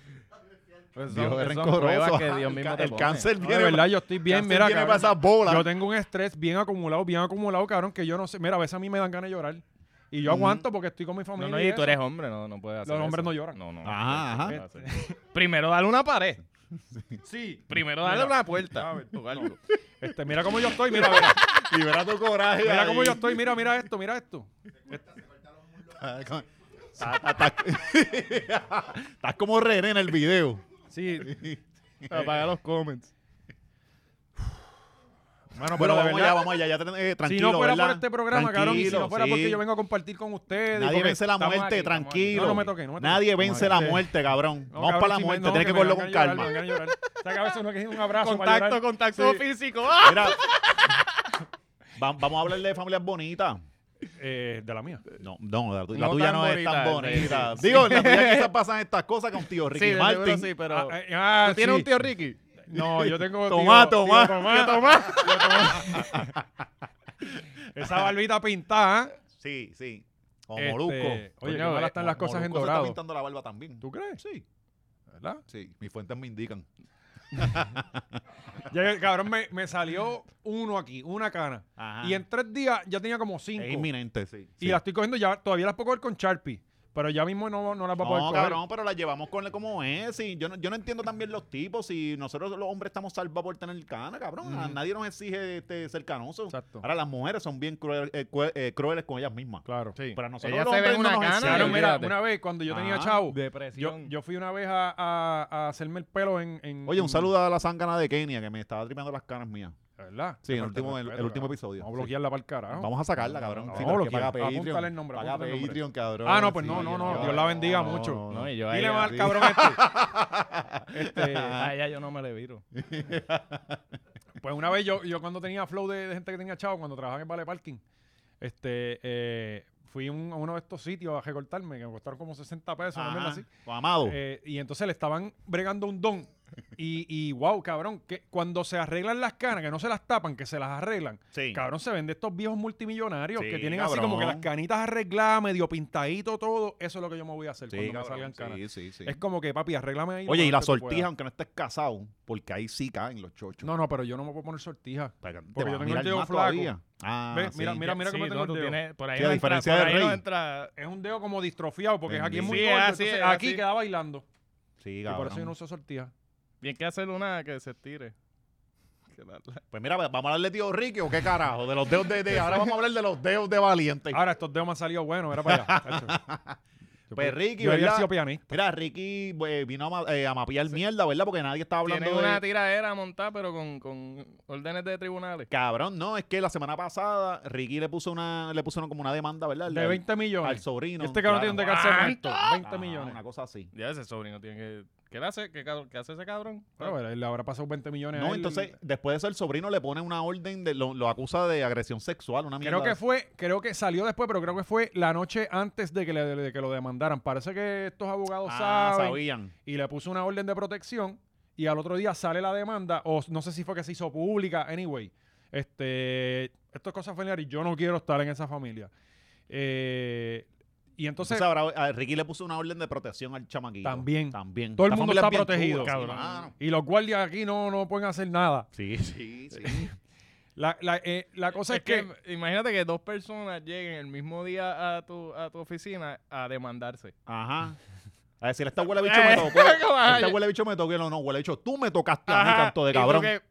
S3: Pues son-
S2: Dios es
S3: son
S2: rencoroso.
S3: pruebas que
S2: Ajá,
S3: Dios
S2: el
S3: mismo
S2: ca-
S3: te
S2: El
S3: pone.
S2: cáncer
S1: No,
S2: viene.
S1: de verdad, yo estoy bien,
S2: cáncer
S1: mira,
S2: viene para
S1: cabrón.
S2: esas bolas.
S1: Yo tengo un estrés bien acumulado, bien acumulado, cabrón, que yo no sé. Mira, a veces a mí me dan ganas de llorar. Y
S2: Mm.
S1: yo aguanto porque estoy con mi
S3: No,
S1: familia.
S3: no,
S1: y
S3: y tú
S1: eso.
S3: eres hombre, no, no puedes hacer
S1: Los hombres
S3: eso.
S1: no lloran.
S3: No, no.
S2: Ajá,
S3: no
S2: ajá.
S3: puedes hacer eso. Primero dale una pared.
S1: Sí.
S3: Primero dale
S1: Mira.
S3: una puerta. o algo.
S1: Este, mira cómo yo estoy, mira, mira,
S2: Libera tu coraje.
S1: mira cómo
S2: ahí.
S1: yo estoy, mira, mira esto, mira esto.
S2: Ta- ta- ta- Estás como René en el video.
S1: Sí.
S3: Apaga los comments.
S1: Bueno, pero
S2: Bueno,
S1: de
S2: vamos allá,
S1: verdad,
S2: vamos allá. Ya ten- eh,
S1: si
S2: tranquilo,
S1: no fuera
S2: ¿verdad?
S1: por este programa, cabrón, y si no
S2: Tranquilo,
S1: fuera porque
S2: sí.
S1: yo vengo a compartir con ustedes. y
S2: Nadie
S1: porque
S2: vence la
S1: estamos
S2: muerte,
S1: aquí, estamos aquí.
S2: tranquilo.
S1: No, no me toquen, no me toquen.
S2: Nadie vence la
S1: Sí.
S2: muerte, cabrón.
S1: No,
S2: Vamos
S1: cabrón,
S2: para la
S1: si me-
S2: muerte,
S1: no,
S2: tienes que
S1: me dan
S2: cogerlo con
S1: ganas de llorar, me
S2: calma.
S1: dan ganas de llorar. O sea, que a veces uno que un abrazo para
S3: Contacto,
S1: llorar.
S3: contacto
S1: Sí.
S3: físico. ¡Ah!
S2: Mira, va- vamos a hablarle de familias bonitas.
S1: Eh, de la mía.
S2: No, no, la, tu- la
S3: No
S2: tuya
S3: tan
S2: no es tan
S3: bonita, sí,
S2: bonita.
S3: sí.
S2: Digo, la tuya quizás pasan estas cosas con tío Ricky
S3: Sí, de seguro
S2: Martin.
S3: sí, pero...
S1: Ah, eh, ah,
S3: ¿Tú tienes
S1: sí.
S3: un tío Ricky?
S1: No, yo tengo.
S2: Tomá,
S1: tío- tío
S2: tomá.
S1: Tomás. Tío Tomás. Esa barbita pintada, ¿eh?
S2: Sí, sí. Como
S1: Este,
S2: Molusco.
S1: oye,
S2: Coño,
S1: qué malas
S2: eh,
S1: están las
S2: Mo-
S1: cosas en
S2: Molusco se
S1: dorado.
S2: está pintando la barba también.
S1: ¿Tú crees?
S2: Sí,
S1: ¿Verdad?
S2: sí. Mis fuentes me indican.
S1: Ya, el cabrón, me, me salió uno aquí, una cana.
S2: Ajá.
S1: Y en tres días ya tenía como cinco.
S2: Ah. Es inminente, sí.
S1: Y
S2: sí.
S1: la estoy cogiendo ya, todavía las puedo coger con Sharpie. Pero ya mismo no, no las va a poder
S2: No,
S1: coger.
S2: cabrón, pero la llevamos con como es. Y yo, no, yo no entiendo también los tipos. Si nosotros los hombres estamos salvados por tener cana, cabrón. A nadie nos exige este, ser canoso.
S1: Exacto.
S2: Ahora las mujeres son bien cruel- eh, cue- eh, crueles con ellas mismas.
S1: Claro.
S3: Sí.
S2: Pero a nosotros
S3: Ella
S2: los
S3: se ve
S2: hombres
S3: una
S2: no nos
S3: gana.
S2: enseñan.
S1: Claro, mira,
S3: olvídate.
S1: una vez cuando yo tenía
S2: Ah,
S1: chavo, yo,
S3: Depresión.
S1: yo fui una vez a, a- a hacerme el pelo en, en-
S2: Oye, un
S1: en-
S2: saludo a la zángana de Kenia que me estaba tripeando las canas mías.
S1: ¿Verdad?
S2: Sí, en el
S1: Falta
S2: último- el-
S1: respeto,
S2: el último
S1: cabrón.
S2: episodio.
S1: Vamos a bloquearla para el carajo.
S2: Vamos a sacarla, cabrón.
S1: no,
S2: sí,
S1: no,
S2: pero
S1: lo
S2: que paga
S1: quiero.
S2: Patreon.
S1: Apúntale el nombre,
S2: Paga
S1: apúntale el nombre.
S2: Patreon, cabrón.
S1: Ah, no, pues
S2: Sí,
S1: no, no, no.
S2: yo-
S1: Dios la bendiga
S2: no,
S1: mucho.
S2: no, no.
S3: No, y yo a
S1: Dile
S3: ella,
S1: mal,
S3: sí.
S1: cabrón, este. este
S3: A ella yo no me le viro.
S1: Pues una vez yo, yo cuando tenía flow de, de gente que tenía chavo, cuando trabajaba en Vale Parking, este, eh, fui un- a uno de estos sitios a recortarme, que me costaron como 60 pesos, una mierda
S2: Ajá.
S1: así.
S2: Pues, Amado.
S1: Eh, y entonces le estaban bregando un don. Y, y wow, cabrón, que cuando se arreglan las canas, que no se las tapan, que se las arreglan,
S2: Sí.
S1: cabrón, se ven de estos viejos multimillonarios que
S2: Sí,
S1: tienen así como que
S2: cabrón.
S1: las canitas arregladas, medio pintadito todo. Eso es lo que yo me voy a hacer
S2: Sí,
S1: cuando me salgan
S2: cabrón,
S1: canas.
S2: sí, sí, sí.
S1: Es como que, papi, arréglame ahí. lo
S2: Oye, y la
S1: mejor que tú
S2: sortija,
S1: puedas.
S2: aunque no estés casado, porque ahí sí caen los chochos.
S1: No, no, pero yo no me puedo poner sortija.
S2: Porque
S1: yo tengo el dedo flaco.
S2: Ah,
S1: Ve,
S2: sí.
S1: mira, mira, mira cómo
S3: Sí,
S1: tengo
S3: no, tú
S1: el dedo.
S3: tienes- Por ahí
S2: Sí, a
S3: no
S2: diferencia
S3: entra, por
S2: del
S3: ahí no
S2: rey.
S3: entra...
S1: Es un dedo como distrofiado porque es aquí es muy
S3: Sí,
S1: gordo.
S3: así
S1: entonces
S3: es,
S1: aquí
S3: así.
S1: queda bailando.
S2: Sí,
S1: Y por eso yo
S2: cabrón.
S1: no uso sortija.
S3: Bien que hacer una que se estire. Que la- la-
S2: Pues mira, vamos a hablarle de tío Ricky o qué carajo, de los dedos de, de- Ahora vamos a hablar de los dedos de Valiente.
S1: Ahora, estos dedos me han salido buenos. Era para allá. tacho. Yo
S2: Pues
S1: pe-
S2: Ricky,
S1: yo había
S2: ¿verdad?
S1: sido pianista.
S2: Mira, Ricky eh, vino a, ma- eh, a mapear mierda, ¿verdad? Porque nadie estaba hablando
S3: Tiene una
S2: de...
S3: tiradera montada, pero con, con órdenes de tribunales.
S2: Cabrón, no, es que la semana pasada Ricky le puso una, le puso una- como una demanda, ¿verdad?
S1: De
S2: Al-
S1: 20 millones.
S2: Al sobrino.
S1: Este cabrón tiene un
S2: claro. Ah,
S1: descanso muerto.
S3: ¿Cuánto?
S1: 20
S2: Ajá,
S1: millones.
S2: Una cosa así.
S3: Ya ese sobrino tiene que... ¿Qué le hace? ¿Qué, cab- qué hace ese cabrón?
S1: Bueno, pero él le habrá pasado 20 millones a
S2: Ah. No,
S1: él.
S2: entonces, después de eso, el sobrino le pone una orden, de, lo, lo acusa de agresión sexual, una mierda.
S1: Creo que
S2: así.
S1: fue, creo que salió después, pero creo que fue la noche antes de que, le- de que lo demandaran. Parece que estos abogados
S2: Ah,
S1: saben.
S2: sabían.
S1: y le puso una orden de protección y al otro día sale la demanda o no sé si fue que se hizo pública anyway este esto es cosa familiar y yo no quiero estar en esa familia Eh, y entonces,
S2: Entonces, ahora a Ricky le puso una orden de protección al chamaquito.
S1: También.
S2: También.
S1: todo el
S2: Esta
S1: mundo
S2: familia
S1: está
S2: es bien
S1: protegido
S2: chula, sí,
S1: cabrón.
S2: mano.
S1: y los guardias aquí no, no pueden hacer nada
S2: Sí, sí, sí.
S1: la, la, eh, la cosa
S3: Es
S1: es, que,
S3: que imagínate que dos personas lleguen el mismo día a tu, a tu oficina a demandarse.
S2: Ajá. A decir, esta huele bicho
S1: Eh.
S3: Eh,
S2: me tocó. Esta huele bicho me tocó. Y no, no, huele bicho. Tú me tocaste a mí,
S3: Ajá,
S2: canto de
S3: y tú
S2: cabrón.
S3: que-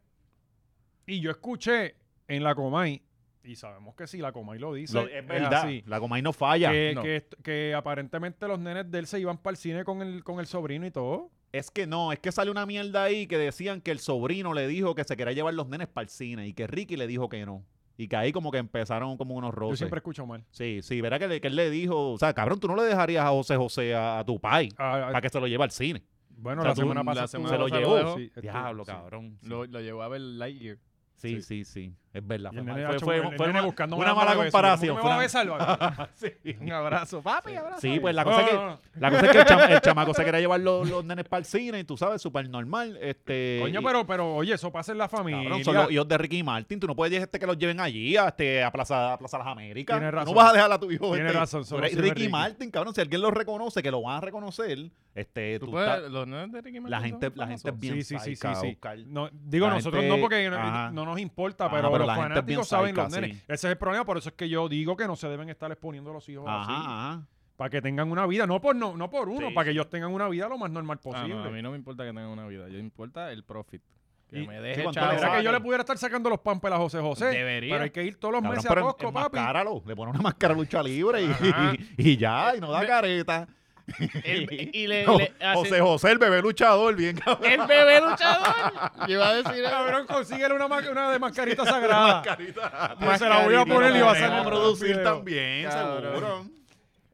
S1: y yo escuché en la Comay y sabemos que sí la Comay lo dice
S2: Lo- es verdad.
S1: así,
S2: la Comay no falla.
S1: que,
S3: no.
S1: que est- que aparentemente los nenes de él se iban para el cine con el, con el sobrino y todo
S2: Es que no, es que sale una mierda ahí que decían que el sobrino le dijo que se quería llevar los nenes para el cine y que Ricky le dijo que no. Y que ahí como que empezaron como unos
S1: Yo
S2: roces.
S1: siempre escucho mal.
S2: Sí, sí, verá que, le- que él le dijo, o sea, cabrón, tú no le dejarías a José José a, a tu pai
S1: Ah,
S2: para que se lo lleve al cine.
S1: bueno,
S2: o sea,
S1: la
S2: tú-
S1: semana
S2: la
S1: pasada
S2: semana
S1: se lo
S2: pasada
S1: llevó.
S2: lo dejó.
S1: Sí, este-
S2: Diablo,
S1: sí.
S2: cabrón. Sí.
S3: Lo, lo llevó a ver Lightyear.
S2: Sí, sí, sí, es verdad.
S1: Y el
S2: Fue,
S1: nene
S2: mal.
S1: ha
S2: Fue-
S1: hecho
S2: fue-
S1: un- el
S2: fue
S1: nene
S2: una,
S1: buscándome
S2: una
S1: un
S2: mala
S1: beso. ¿Cómo
S2: comparación.
S1: Me
S2: fue
S1: va a
S2: una-
S1: besar, Barbie?
S2: Sí.
S11: Un abrazo, papi, abrazo.
S2: Sí, pues la cosa,
S1: No,
S2: es que,
S1: no, no.
S2: la cosa es que el, cham- el chamaco se quería llevar los, los nenes para el cine, y tú sabes, súper normal. Este,
S1: Coño,
S2: y-
S1: pero, pero oye, eso pasa en la familia.
S2: Cabrón, son los hijos de Ricky Martin. Tú no puedes este, que los lleven allí a, este, a, Plaza, a Plaza Las Américas.
S1: Tienes razón.
S2: No vas a dejar a tu hijo.
S1: Tienes
S2: este,
S1: razón, son los
S2: Ricky,
S1: hijos de Ricky.
S2: Martin, cabrón. Si alguien lo reconoce, que lo van a reconocer, este,
S3: ¿Tú
S2: tú
S3: puedes-
S2: estás-
S3: los nenes de Ricky
S2: la,
S3: Martin
S2: gente,
S3: son
S2: la gente es
S3: famosos?
S2: bien
S1: sí, sí, sí, sí,
S2: psycha,
S1: sí.
S2: Oscar.
S1: No, digo,
S2: La
S1: nosotros
S2: gente-
S1: no porque no,
S2: Ajá.
S1: no nos importa,
S2: Ajá,
S1: pero,
S2: pero
S1: los
S2: la gente es bien
S1: fanáticos saben los
S2: psycha,
S1: nenes.
S2: sí.
S1: Ese es el problema, por eso es que yo digo que no se deben estar exponiendo a los hijos
S2: Ajá,
S1: así.
S2: ajá.
S1: Para que tengan una vida, no por, no, no por uno,
S2: Sí,
S1: para que ellos tengan una vida lo más normal
S3: Ah,
S1: posible.
S3: no, a mí no me importa que tengan una vida. Yo me importa el profit. Que
S1: Y-
S3: me
S1: sí,
S3: deje
S2: cuando
S3: chavo.
S1: Parece
S2: Ahora
S1: que yo
S2: que-
S1: le pudiera estar sacando los pampers a José José.
S3: Debería.
S1: Pero hay que ir todos los
S2: Cabrón,
S1: meses a
S2: pero
S1: Costco, papi.
S2: enmascáralo. Le pone una máscara a lucha libre y, y, ya, y no da careta.
S3: El- y le-
S2: Jo-
S3: le hace-
S2: José José, el bebé luchador, bien cabrón.
S3: ¡El bebé luchador! Yo iba a decir
S1: Cabrón, consíguele una, ma- una de mascarita sagrada.
S2: Carita.
S1: Pues se la voy a poner y va a salir
S3: Vamos a
S1: un
S2: producir
S1: video.
S2: también,
S3: Cabrón.
S2: seguro.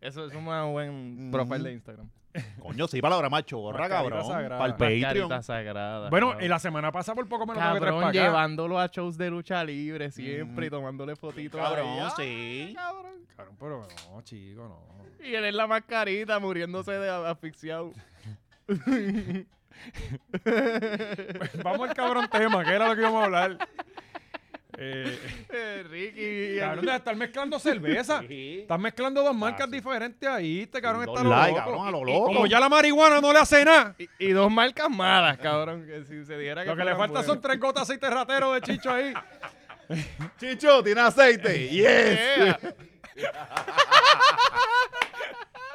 S3: Eso es un buen profile de Instagram.
S2: Coño, sí, palabra más chorra,
S1: Mascarita
S2: cabrón.
S1: sagrada.
S2: Para el Patreon.
S3: Carita sagrada.
S1: Bueno,
S3: cabrón.
S1: en la semana pasada por poco me lo tengo que traer para
S3: Cabrón,
S1: acá.
S3: llevándolo a shows de lucha libre siempre y
S1: Mm.
S3: tomándole fotitos. ahí.
S2: Cabrón,
S3: Ay,
S2: sí.
S3: cabrón.
S1: Cabrón, pero no, chico, no.
S3: Y él es la mascarita muriéndose de asfixiado.
S1: Vamos al cabrón tema, que era lo que íbamos a hablar. Eh,
S3: Eh, Ricky.
S1: cabrón, deja de estar mezclando cerveza. Estás mezclando dos marcas
S2: Ah, sí.
S1: diferentes ahí. Este cabrón
S2: Dos
S1: está lo
S2: likes,
S1: loco.
S2: cabrón, a lo
S1: Y
S2: loco.
S1: Como ya la marihuana no le hace nada.
S3: Y, y dos marcas malas, cabrón. Que si se diera que
S1: Lo que le
S3: fueran
S1: falta son
S3: buenas.
S1: tres gotas de aceite ratero de chicho ahí.
S2: Chicho, tiene
S1: Eh,
S2: aceite. Yes.
S3: Yeah.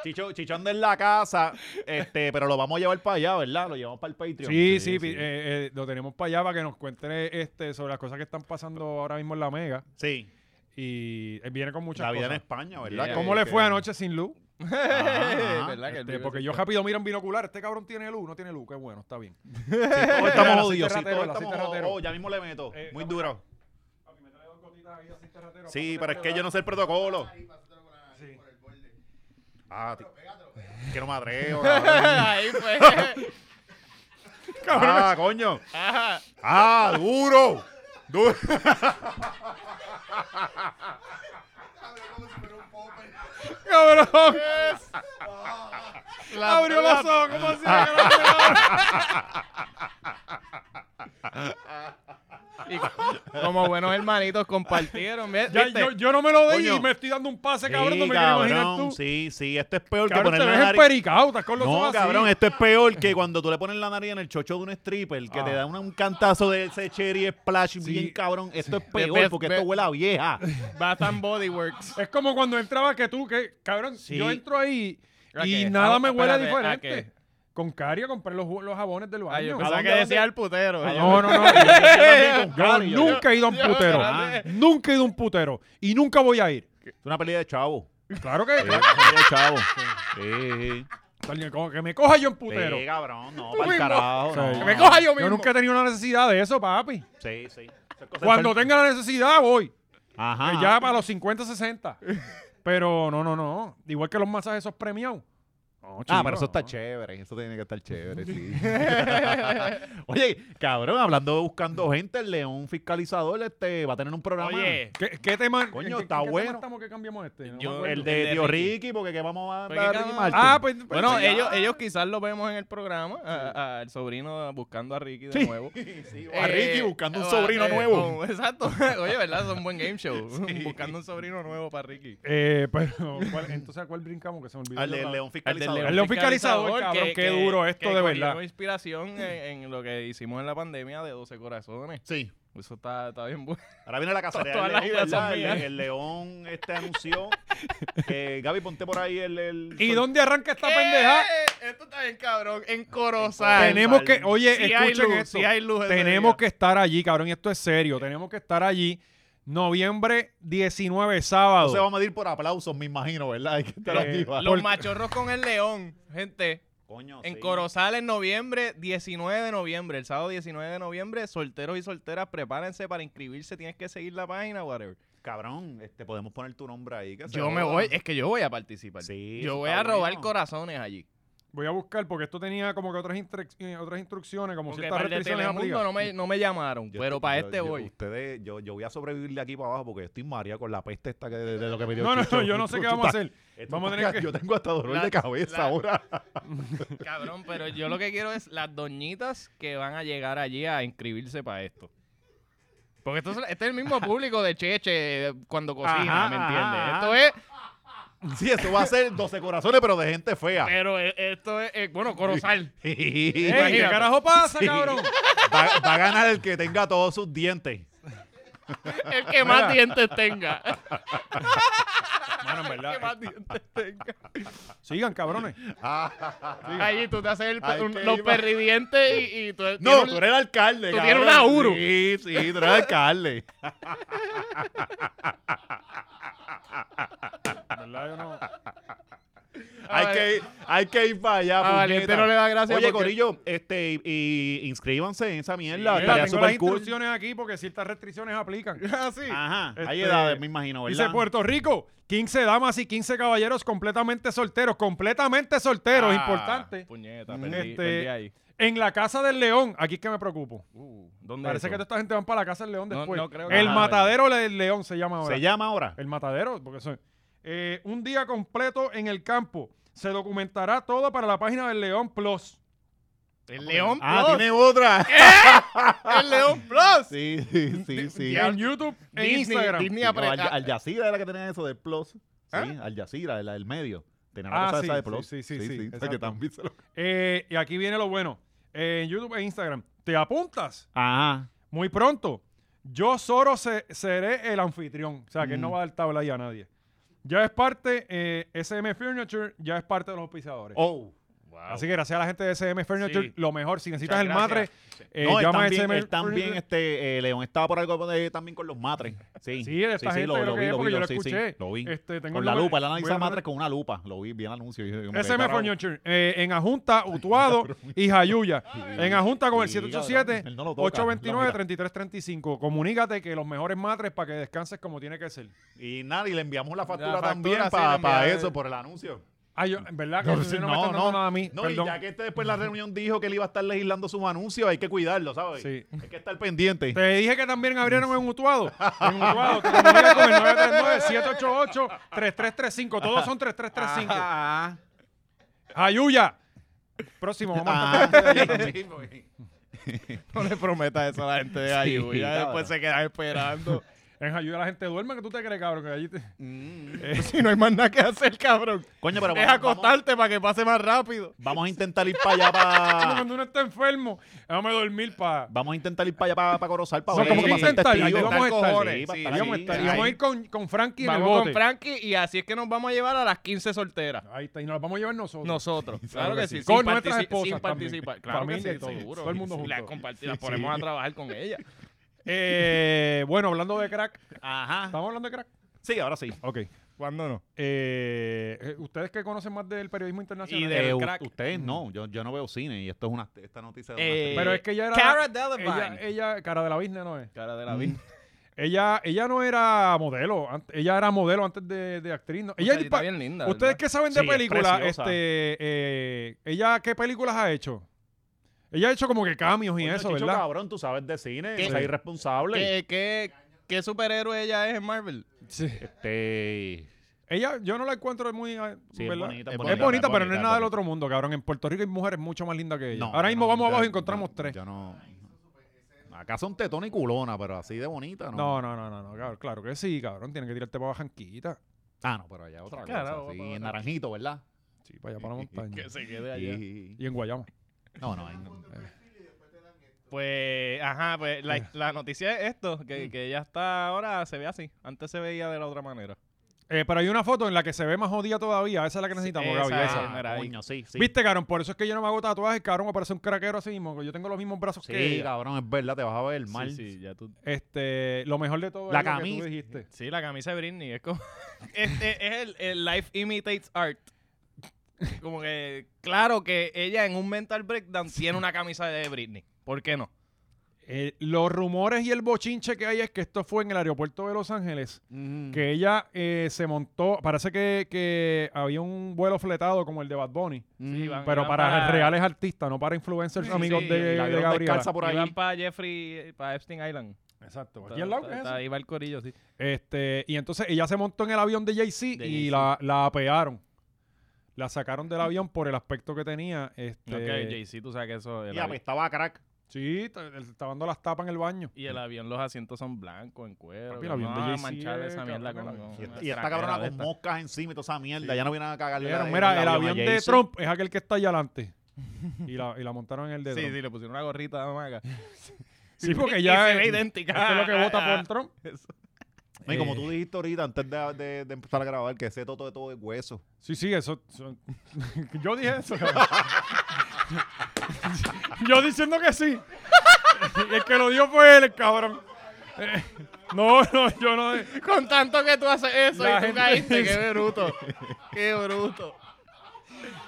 S2: Chicho, Chicho anda en la casa, este, pero lo vamos a llevar para allá, ¿verdad? Lo llevamos para el Patreon.
S1: Sí, sí, pi- eh, eh, lo tenemos para allá para que nos cuente este, sobre las cosas que están pasando ahora mismo en la mega.
S2: Sí,
S1: Y él viene con muchas
S2: la vida en
S1: cosas. Eh,
S2: España, ¿verdad?
S3: Yeah.
S1: ¿Cómo
S2: Que-
S1: le
S2: que-
S1: fue anoche sin luz?
S2: Ajá, ajá.
S3: ¿Verdad que el
S1: Este,
S3: vive
S1: porque
S3: así?
S1: yo rápido miro en binocular. Este cabrón tiene luz, no tiene luz. Qué bueno, está bien.
S2: Todos
S1: El
S2: estamos
S1: aceite
S2: odios, sí,
S1: ratero,
S2: todos
S1: el aceite
S2: estamos
S1: ratero.
S2: oh, ya mismo le meto.
S1: Eh,
S2: Muy
S1: vamos
S2: duro. Sí,
S1: Sí,
S2: pero es que yo no sé el protocolo.
S1: Sí.
S2: Ah, ti- que no me atrevo, cabrón.
S3: Ahí fue.
S2: Ah, coño.
S3: Ajá.
S2: Ah, duro. Duro.
S1: ¡Cabrón!
S3: La-
S1: abrió
S3: la-
S1: los ojos, ¿cómo así? Cabrón,
S3: y co- como buenos hermanitos compartieron. ¿ves? Este,
S1: Ya,
S3: ¿Viste?
S1: yo, yo no me lo di
S2: Coño.
S1: y me estoy dando un pase,
S2: Sí,
S1: cabrón. no me quiero imaginar
S2: cabrón,
S1: tú.
S2: sí, sí, este es peor
S1: Cabrón, te
S2: que ponerle
S1: ves
S2: la nariz.
S1: empericado, estás con los
S2: No,
S1: ojos así.
S2: cabrón, esto es peor que cuando tú le pones la nariz en el chocho de un stripper, que te da una- un cantazo de ese cherry splash bien cabrón. Esto es peor
S3: Ve-
S2: porque
S3: ve-
S2: esto huele a vieja.
S3: Bath and Body Works.
S1: Es como cuando entraba que tú, que, cabrón,
S2: Sí.
S1: yo entro ahí
S3: ¿A
S1: y
S3: qué?
S1: nada
S3: Ah,
S1: me huele
S3: espérate, ¿a
S1: diferente. Con cario compré los, ju- los jabones del
S3: Ay,
S1: baño.
S3: yo
S1: ¿A
S3: pensaba que
S1: dónde,
S3: decía
S1: dónde?
S3: el putero.
S1: Ah,
S3: Yo-
S1: No, no, no. Yo
S2: Yo-
S1: nunca he ido a un
S3: yo-
S1: putero.
S3: Ah.
S1: Nunca he ido a un putero. Y nunca voy a ir.
S2: Es una pelea de chavo.
S1: Claro que.
S2: Sí, es una pelea de chavo. Sí,
S1: Coño, Como que me coja yo en putero.
S2: sí, cabrón, no,
S1: Tú
S2: para el
S1: mismo.
S2: carajo.
S1: O sea,
S2: no.
S1: que me
S3: coja yo mismo.
S1: Yo nunca he tenido una necesidad de eso, papi.
S2: Sí, sí. Esas cosas
S1: Cuando
S2: enfer-
S1: tenga la necesidad, voy.
S2: Ajá.
S1: Que ya para los 50, 60. Pero no, no, no. Igual que los masajes esos premiados. No,
S2: Ah,
S1: chico,
S2: pero eso está
S1: no.
S2: chévere, eso tiene que estar chévere, sí. Oye, cabrón, hablando de buscando gente, el León fiscalizador este va a tener un programa.
S3: Oye,
S1: ¿Qué, qué tema?
S2: Coño,
S1: en qué-
S2: está
S1: en qué tema
S2: bueno.
S1: estamos que cambiamos este? No me
S3: Yo-
S1: acuerdo.
S2: el
S3: el
S2: de
S3: de
S2: Tío
S3: Ricky.
S2: Ricky, porque que vamos a
S3: Porque
S2: hablar de
S3: cada-
S2: Ricky Martin.
S1: Ah, pues. pues,
S3: bueno,
S1: sí.
S3: ellos, ellos quizás lo vemos en el programa, a- a- al sobrino buscando a Ricky de nuevo.
S2: a Ricky
S3: Eh,
S2: buscando un
S3: o a-
S2: sobrino
S3: eh,
S2: nuevo.
S3: o- exacto. Oye, ¿verdad? Es un buen game show. Buscando un sobrino nuevo para Ricky.
S1: Eh, pero, ¿cuál- entonces, ¿a cuál brincamos? Que se me olvidó.
S2: Al de León fiscalizador.
S1: León. fiscalizador, cabrón, qué duro esto,
S3: que
S1: de
S3: cogió
S1: verdad.
S3: inspiración en, en lo que hicimos en la pandemia de 12 corazones.
S2: Sí.
S3: Eso está, está bien bueno.
S2: Ahora viene la cacería.
S3: Todas
S2: del
S3: las
S2: León,
S3: ideas son
S2: ¿verdad? el,
S3: mías.
S2: el León este anunció que Gaby ponte por ahí el, el-
S1: ¿Y dónde arranca esta pendeja?
S3: Eh, Esto está bien, cabrón. En Corozal.
S1: Tenemos
S2: Sal-
S1: que, oye,
S3: Sí hay
S1: escuchen
S3: luz,
S1: esto.
S3: sí hay
S2: Pues,
S3: luz ese
S1: tenemos
S3: día.
S1: que estar allí, cabrón, y esto es serio. Tenemos que estar allí. Noviembre 19, sábado.
S2: Entonces va a medir por aplausos, me imagino, ¿verdad? Hay que estar
S1: Eh,
S2: aquí, va.
S3: Los
S1: Porque-
S3: machorros con el león, gente.
S2: Coño,
S3: En
S2: sí.
S3: Corozal en noviembre, 19 de noviembre, el sábado 19 de noviembre, solteros y solteras, prepárense para inscribirse, tienes que seguir la página, whatever.
S2: Cabrón, este, podemos poner tu nombre ahí. que se
S3: Yo me
S2: joda.
S3: voy, es que yo voy a participar.
S2: Sí,
S3: yo
S2: eso
S3: voy
S2: está
S3: a robar
S2: bueno.
S3: corazones allí.
S1: Voy a buscar porque esto tenía como que otras, instru- eh, otras instrucciones, como
S3: Porque
S1: ciertas
S3: para el de
S1: restricciones
S3: Telemundo
S1: aplican.
S3: no me, no me llamaron,
S2: Yo
S3: pero
S2: estoy-
S3: para
S2: yo-
S3: este
S2: yo-
S3: voy.
S2: Ustedes, yo, yo voy a sobrevivir de aquí para abajo porque estoy maría con la peste esta que, de, de lo que me dio
S1: No, no,
S2: Chicho.
S1: yo no sé
S2: Tú-
S1: qué
S2: tú
S1: vamos a
S2: estás-
S1: hacer.
S2: esto
S1: Vamos a
S2: está-
S1: tener que...
S2: Yo tengo hasta dolor
S3: La-
S2: de cabeza
S3: la-
S2: ahora.
S3: Cabrón, pero yo lo que quiero es las doñitas que van a llegar allí a inscribirse para esto. Porque esto es, este es el mismo público de Cheche cuando cocina,
S2: Ajá,
S3: ¿me entiendes?
S2: ajá,
S3: Esto es,
S2: Sí, eso va a ser 12 corazones, pero de gente fea.
S3: pero e- esto es, eh, bueno, Corozal.
S1: Ey, ¿Qué
S3: Imagínate.
S1: carajo pasa,
S2: Sí.
S1: cabrón?
S2: Va, va a ganar el que tenga todos sus dientes.
S3: El que más dientes tenga.
S1: Mano, en
S3: El que
S1: verdad.
S3: más dientes tenga.
S1: Sigan, cabrones.
S3: Allí tú te haces el pe-
S2: Ay,
S3: un-
S2: qué
S3: los
S2: iba.
S3: perridientes y, y tú tienes
S2: no,
S3: un-
S2: tú eres el alcalde.
S3: tú
S2: cabrón.
S3: tienes una Uru.
S2: Sí, sí, tú eres el alcalde.
S1: En verdad, yo no...
S3: Ah,
S2: hay, que ir, hay que ir para allá.
S3: A Valiente
S2: puñeta.
S3: Ah, este no le da gracia
S2: Oye,
S3: porque-
S2: Corillo, este, y, y inscríbanse en esa mierda.
S1: Mira, tengo
S2: estaría
S1: las
S2: súper cool.
S1: instrucciones aquí porque ciertas restricciones aplican. Así.
S2: Ajá,
S1: Ah,
S2: hay
S1: Este,
S2: edades, me imagino, ¿verdad?
S1: Dice Puerto Rico, 15 damas y 15 caballeros completamente solteros, completamente solteros,
S3: Ah,
S1: importante.
S3: Puñeta,
S1: Mm,
S3: perdí,
S1: este-
S3: perdí ahí.
S1: En la Casa del León, aquí es que me preocupo.
S3: Uh, ¿dónde
S1: Parece
S3: es
S1: que
S3: eso?
S1: toda esta gente van para la Casa del León
S3: No,
S1: después.
S3: no creo que-
S1: El
S3: Ah,
S1: Matadero del León se llama ahora.
S2: Se llama ahora.
S1: El Matadero, porque eso es. Eh, un día completo en el campo. Se documentará todo para la página del León Plus.
S3: El León
S2: Ah,
S3: Plus.
S2: tiene otra.
S3: El León Plus.
S2: Sí, sí, sí, sí.
S1: en YouTube e
S3: Disney,
S1: Instagram.
S3: Disney
S2: No,
S3: apre- ah,
S2: Al, Al Jazeera era que tenía eso del Plus. Sí, Al Jazeera, el, el medio. Tenía una
S1: Ah,
S2: cosa
S1: sí,
S2: esa de
S1: sí,
S2: Plus.
S1: sí, sí, sí,
S2: O sea,
S1: exacto.
S2: que también se lo-
S1: Eh, y aquí viene lo bueno. Eh, en YouTube e Instagram. ¿Te apuntas?
S2: Ajá.
S1: Muy pronto. Yo solo se- seré el anfitrión. O sea, que él
S2: Mm.
S1: no va a dar tabla ahí a nadie. Ya es parte, eh, SM Furniture ya es parte de los auspiciadores.
S2: Oh.
S1: Así que gracias a la gente de SM Furniture,
S3: Sí.
S1: lo mejor. Si necesitas
S3: Muchas
S1: el
S3: gracias.
S1: madre, eh,
S2: no, él
S1: llama a
S2: también,
S1: SM
S2: él también
S1: Furniture.
S2: este, eh, León estaba por algo de- también con los matres. Sí,
S1: Sí, esta gente creo que es, porque yo lo
S2: sí, sí,
S1: escuché.
S2: lo vi.
S1: Este, tengo
S2: con
S1: el
S2: la
S1: número-
S2: lupa, él
S1: voy
S2: analiza
S1: a poner-
S2: matres con una lupa. Lo vi, vi el anuncio. y yo, como que,
S1: SM
S2: carajo.
S1: Furniture, eh, en Ajunta, Utuado y Jayuya. En Ajunta con el
S2: Sí, cabrón,
S1: 787
S2: él no lo toca,
S1: 829
S2: lo
S1: 3335. Comunícate que los mejores matres para que descanses como tiene que ser.
S2: Y nada, y le enviamos la factura,
S3: factura,
S2: también
S3: sí,
S2: para
S3: la enviaron.
S2: eso, por el anuncio.
S1: Ah, yo, en verdad que
S2: No,
S1: no,
S2: sí,
S1: no, me están dando nada a mí.
S2: No,
S1: perdón.
S2: y ya que este después de la reunión dijo que él iba a estar legislando sus anuncios, hay que cuidarlo, ¿sabes?
S1: Sí.
S2: Hay que estar pendiente.
S1: Te dije que también abrieron en Utuado. En Utuado, te comunicas con el 939-788-3335. Todos son
S3: Ah.
S1: 3335.
S2: Ajá.
S1: Ayuya. Próximo, vamos a
S2: Ah, sí,
S3: No le prometas eso a la gente de ahí, güey. ya
S2: cabrón.
S3: después se quedan esperando.
S1: En Ayuya la gente duerme, que tú te crees, cabrón, que allí te...
S3: Mm.
S1: Eh,
S3: si no hay más nada que hacer, cabrón.
S2: Coño, pero
S3: es
S2: vamos-
S3: acostarte para que pase más rápido.
S2: Vamos a intentar ir para allá
S3: Ah.
S1: Como
S2: para.
S1: Cuando uno está enfermo, déjame dormir para...
S2: Vamos a intentar ir para allá para, Corozal para
S1: No,
S2: ver
S1: como que
S2: para ser
S1: intentar,
S2: testigos.
S1: ahí vamos a estar.
S3: cojones,
S2: Sí, para
S3: sí,
S2: estar
S3: ahí
S1: Vamos a
S2: allí,
S1: estar.
S2: ahí.
S1: Y vamos a ir con, con Frankie en
S3: Vamos
S1: el
S3: con
S1: bote.
S3: Frankie y así es que nos vamos a llevar a las 15 solteras.
S1: Ahí está, y nos la vamos a llevar nosotros.
S3: Nosotros, claro que sí.
S1: Con
S3: sin
S1: nuestras
S3: partici-
S1: esposas
S3: Sin
S1: también.
S3: participar, claro que
S1: Familia
S3: sí,
S1: y todo,
S3: seguro.
S1: todo el mundo
S3: Sí,
S1: junto.
S3: Las, comparti- las ponemos a trabajar con ella.
S1: Eh, bueno, hablando de crack.
S2: Ajá.
S1: ¿Estamos hablando de crack?
S2: Sí, ahora sí.
S1: Ok.
S3: ¿Cuándo no?
S1: Eh, eh, Ustedes que conocen más del periodismo internacional.
S3: Y de-
S2: Eh, u-
S3: crack.
S2: Ustedes no, yo, yo no veo cine y esto es una esta noticia de una
S3: Eh,
S2: actriz.
S1: Pero es que ella era...
S3: Cara
S1: ella,
S3: Delevingne.
S1: ella, cara de la bisne, ¿no es?
S3: Cara de la vida.
S1: Ella, ella no era modelo. ant- Ella era modelo antes de, de actriz. ¿no? Ella es
S3: está
S1: pa-
S3: bien linda.
S1: Ustedes
S3: ¿verdad?
S1: que saben de
S2: Sí, es
S1: películas,
S2: preciosa.
S1: este, eh, ella, ¿qué películas ha hecho? Ella ha hecho como que cambios y
S2: Coño,
S1: eso,
S2: Chicho,
S1: ¿verdad?
S2: cabrón, tú sabes de cine,
S3: ¿Qué?
S2: o sea, irresponsable.
S3: ¿Qué, qué, qué superhéroe ella es en Marvel?
S2: Este,
S1: Ella, yo no la encuentro muy. eh,
S2: sí, es
S1: ¿verdad?
S2: bonita,
S3: Es
S1: Es bonita, pero no es nada del
S2: bonita.
S1: otro mundo, cabrón. En Puerto Rico hay mujeres mucho más lindas que ella.
S2: No,
S1: Ahora
S2: yo
S1: mismo
S2: no,
S1: vamos abajo y
S2: yo-
S1: encontramos
S2: yo-
S1: tres.
S2: Yo no. Acá son tetona y culona, pero así de bonita, ¿no?
S1: No, no, no, no, no, cabrón, claro que sí, cabrón. Tienen que tirarte para Bajanquita.
S2: Ah, no, pero allá otra cosa.
S3: Claro, va
S2: Sí,
S3: para
S2: en
S3: otra.
S2: naranjito, ¿verdad?
S1: Sí, para allá para la montaña.
S3: Que se quede allá.
S2: Y-
S1: y en Guayama.
S2: No, no, ahí no.
S3: Pues, ajá, pues
S12: Eh.
S3: la, la noticia es esto,
S12: Mm.
S3: que, que ella está ahora, se ve así. Antes se veía de la otra manera.
S1: Eh, pero hay una foto en la que se ve más jodida todavía. Esa es la que necesitamos,
S3: esa,
S1: Gaby. Esa.
S3: esa. mira ahí.
S2: Coño, sí, sí.
S1: ¿Viste, cabrón? Por eso es que yo no me hago tatuajes, cabrón. Me parece un craquero así mismo. Yo tengo los mismos brazos
S2: Sí,
S1: que ella.
S2: cabrón, es verdad, te vas a ver mal.
S3: Sí, sí, ya tú...
S1: Este, lo mejor de todo
S2: La
S1: es lo que tú
S2: camisa.
S1: dijiste.
S3: sí la camisa de Britney es como... es, es- es el, el Life Imitates Art.
S12: Como que, claro que ella en un mental breakdown tiene una camisa de Britney. ¿Por qué no?
S1: Eh, los rumores y el bochinche que hay es que esto fue en el aeropuerto de Los Ángeles,
S2: Mm.
S1: que ella eh, se montó, parece que, que había un vuelo fletado como el de Bad Bunny,
S12: Sí, van-
S1: pero
S12: van
S1: para,
S12: para-
S1: reales artistas, no para influencers
S12: Sí,
S1: amigos
S12: sí,
S1: de,
S12: la
S1: de Gabriela.
S2: descalza por ahí.
S12: Iban para Jeffrey, eh, para Epstein Island.
S1: Exacto.
S12: Está-
S1: aquí al lado,
S12: está-
S1: ¿qué es
S12: está-
S1: eso?
S12: Ahí va el corillo, sí.
S1: Este, y entonces ella se montó en el avión de Jay-Z
S12: De
S1: y
S12: Jay-Z.
S1: la, la apearon. La sacaron del avión por el aspecto que tenía. Este,
S12: Ok, Jay-Z, tú sabes que eso... el
S2: Y
S12: avi-
S2: apestaba a crack.
S1: Sí, t- él estaba dando las tapas en el baño.
S12: Y el avión, los asientos son blancos, en cuero.
S1: Mm. Papi, el avión
S12: no,
S1: de
S12: a
S1: Jay-Z
S12: mancharle
S1: es,
S12: esa mierda
S1: cabrón, este
S12: con- con
S1: el
S2: Y,
S12: una
S2: esta- y esta
S12: traquera
S2: cabrona
S12: de
S2: con
S12: esta.
S2: moscas encima y toda esa mierda.
S1: Sí.
S2: Ya no viene a cagarle.
S1: Dijeron,
S2: la-
S1: mira, el avión
S2: a
S1: de
S2: Jason".
S1: Trump es aquel que está allá adelante. Y la, y la montaron en el de
S12: Sí,
S1: Trump.
S12: sí, le pusieron una gorrita de maga.
S1: Sí, porque
S12: Y
S1: ya
S12: se ve
S1: eh,
S12: idéntica.
S1: esto es lo que vota por Trump.
S2: No, y como
S1: Eh.
S2: tú dijiste ahorita, antes de, de- de empezar a grabar, que ese toto de todo es hueso.
S1: Sí, sí, eso. eso- yo dije eso. cabrón. yo diciendo que sí. El que lo dio fue él, el cabrón. Eh, no, no, yo no.
S12: Con tanto que tú haces eso
S1: La
S12: y tú
S1: gente
S12: caíste,
S1: dice-
S12: qué bruto. Qué bruto.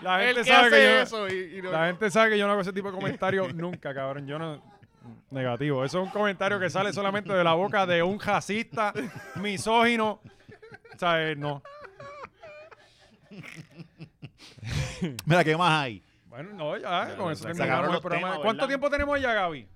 S1: La
S12: El
S1: gente
S12: que
S1: sabe
S12: hace
S1: que yo,
S12: eso y, y no-
S1: La gente sabe que yo no hago ese tipo de comentarios nunca, cabrón. Yo no. Negativo. Eso es un comentario que sale solamente de la boca de un jacista misógino. O sea, eh, no.
S2: Mira, ¿qué más hay?
S1: Bueno, no, ya,
S2: Ya,
S1: con
S2: ya,
S1: eso
S2: se
S1: terminamos
S2: acabaron
S1: el
S2: los
S1: programa.
S2: temas,
S1: ¿Cuánto
S2: ¿verdad?
S1: tiempo tenemos ya, Gaby?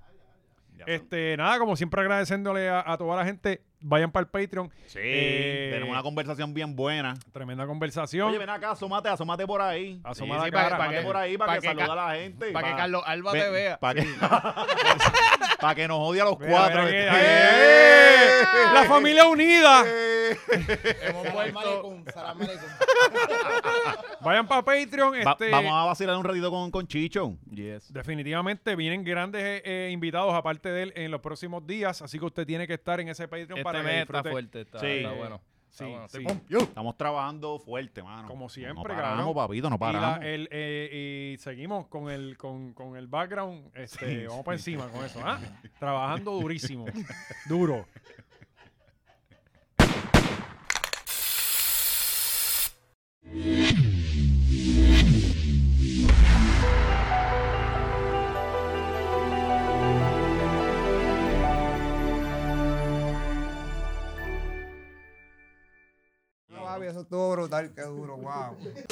S1: Este, nada, como siempre agradeciéndole a, a toda la gente, vayan para el Patreon.
S2: Sí.
S1: Eh,
S2: Tenemos una conversación bien buena.
S1: Tremenda conversación.
S2: Oye, ven acá, asómate, asómate por ahí.
S1: Asoma
S12: Sí,
S1: la
S12: sí,
S1: cara.
S12: pa'
S2: Asómate
S12: que-
S2: por ahí para
S12: pa'
S2: que,
S12: que
S2: saluda
S12: ca-
S2: a la gente. y
S12: Para que
S2: pa-
S12: Carlos Alba
S2: ve-
S12: te vea.
S2: Para que, pa' que nos odie a los
S1: Mira,
S2: cuatro.
S1: mira que-
S2: ¡Eh!
S1: ¡Eh! La familia unida.
S2: Este,
S12: Hemos vuelto.
S1: Vayan para Patreon.
S2: Va-
S1: Este,
S2: vamos a vacilar un ratito con, con Chicho.
S1: Definitivamente vienen grandes eh, eh, invitados aparte de él en los próximos días, así que usted tiene que estar en ese Patreon para
S12: Este
S1: que
S12: mes está
S1: disfrute.
S12: fuerte, está,
S2: Sí.
S12: está bueno.
S1: Sí,
S12: bueno,
S1: sí.
S2: Estamos trabajando fuerte, mano.
S1: Como siempre,
S2: No paramos,
S1: cabrón.
S2: papito, no
S1: Y, la-
S2: paramos.
S1: el, eh, y seguimos con el, con, con el background. Este, vamos para encima con eso. ¿ah? Trabajando durísimo. Duro.
S13: Guau, eso estuvo brutal, qué duro, wow.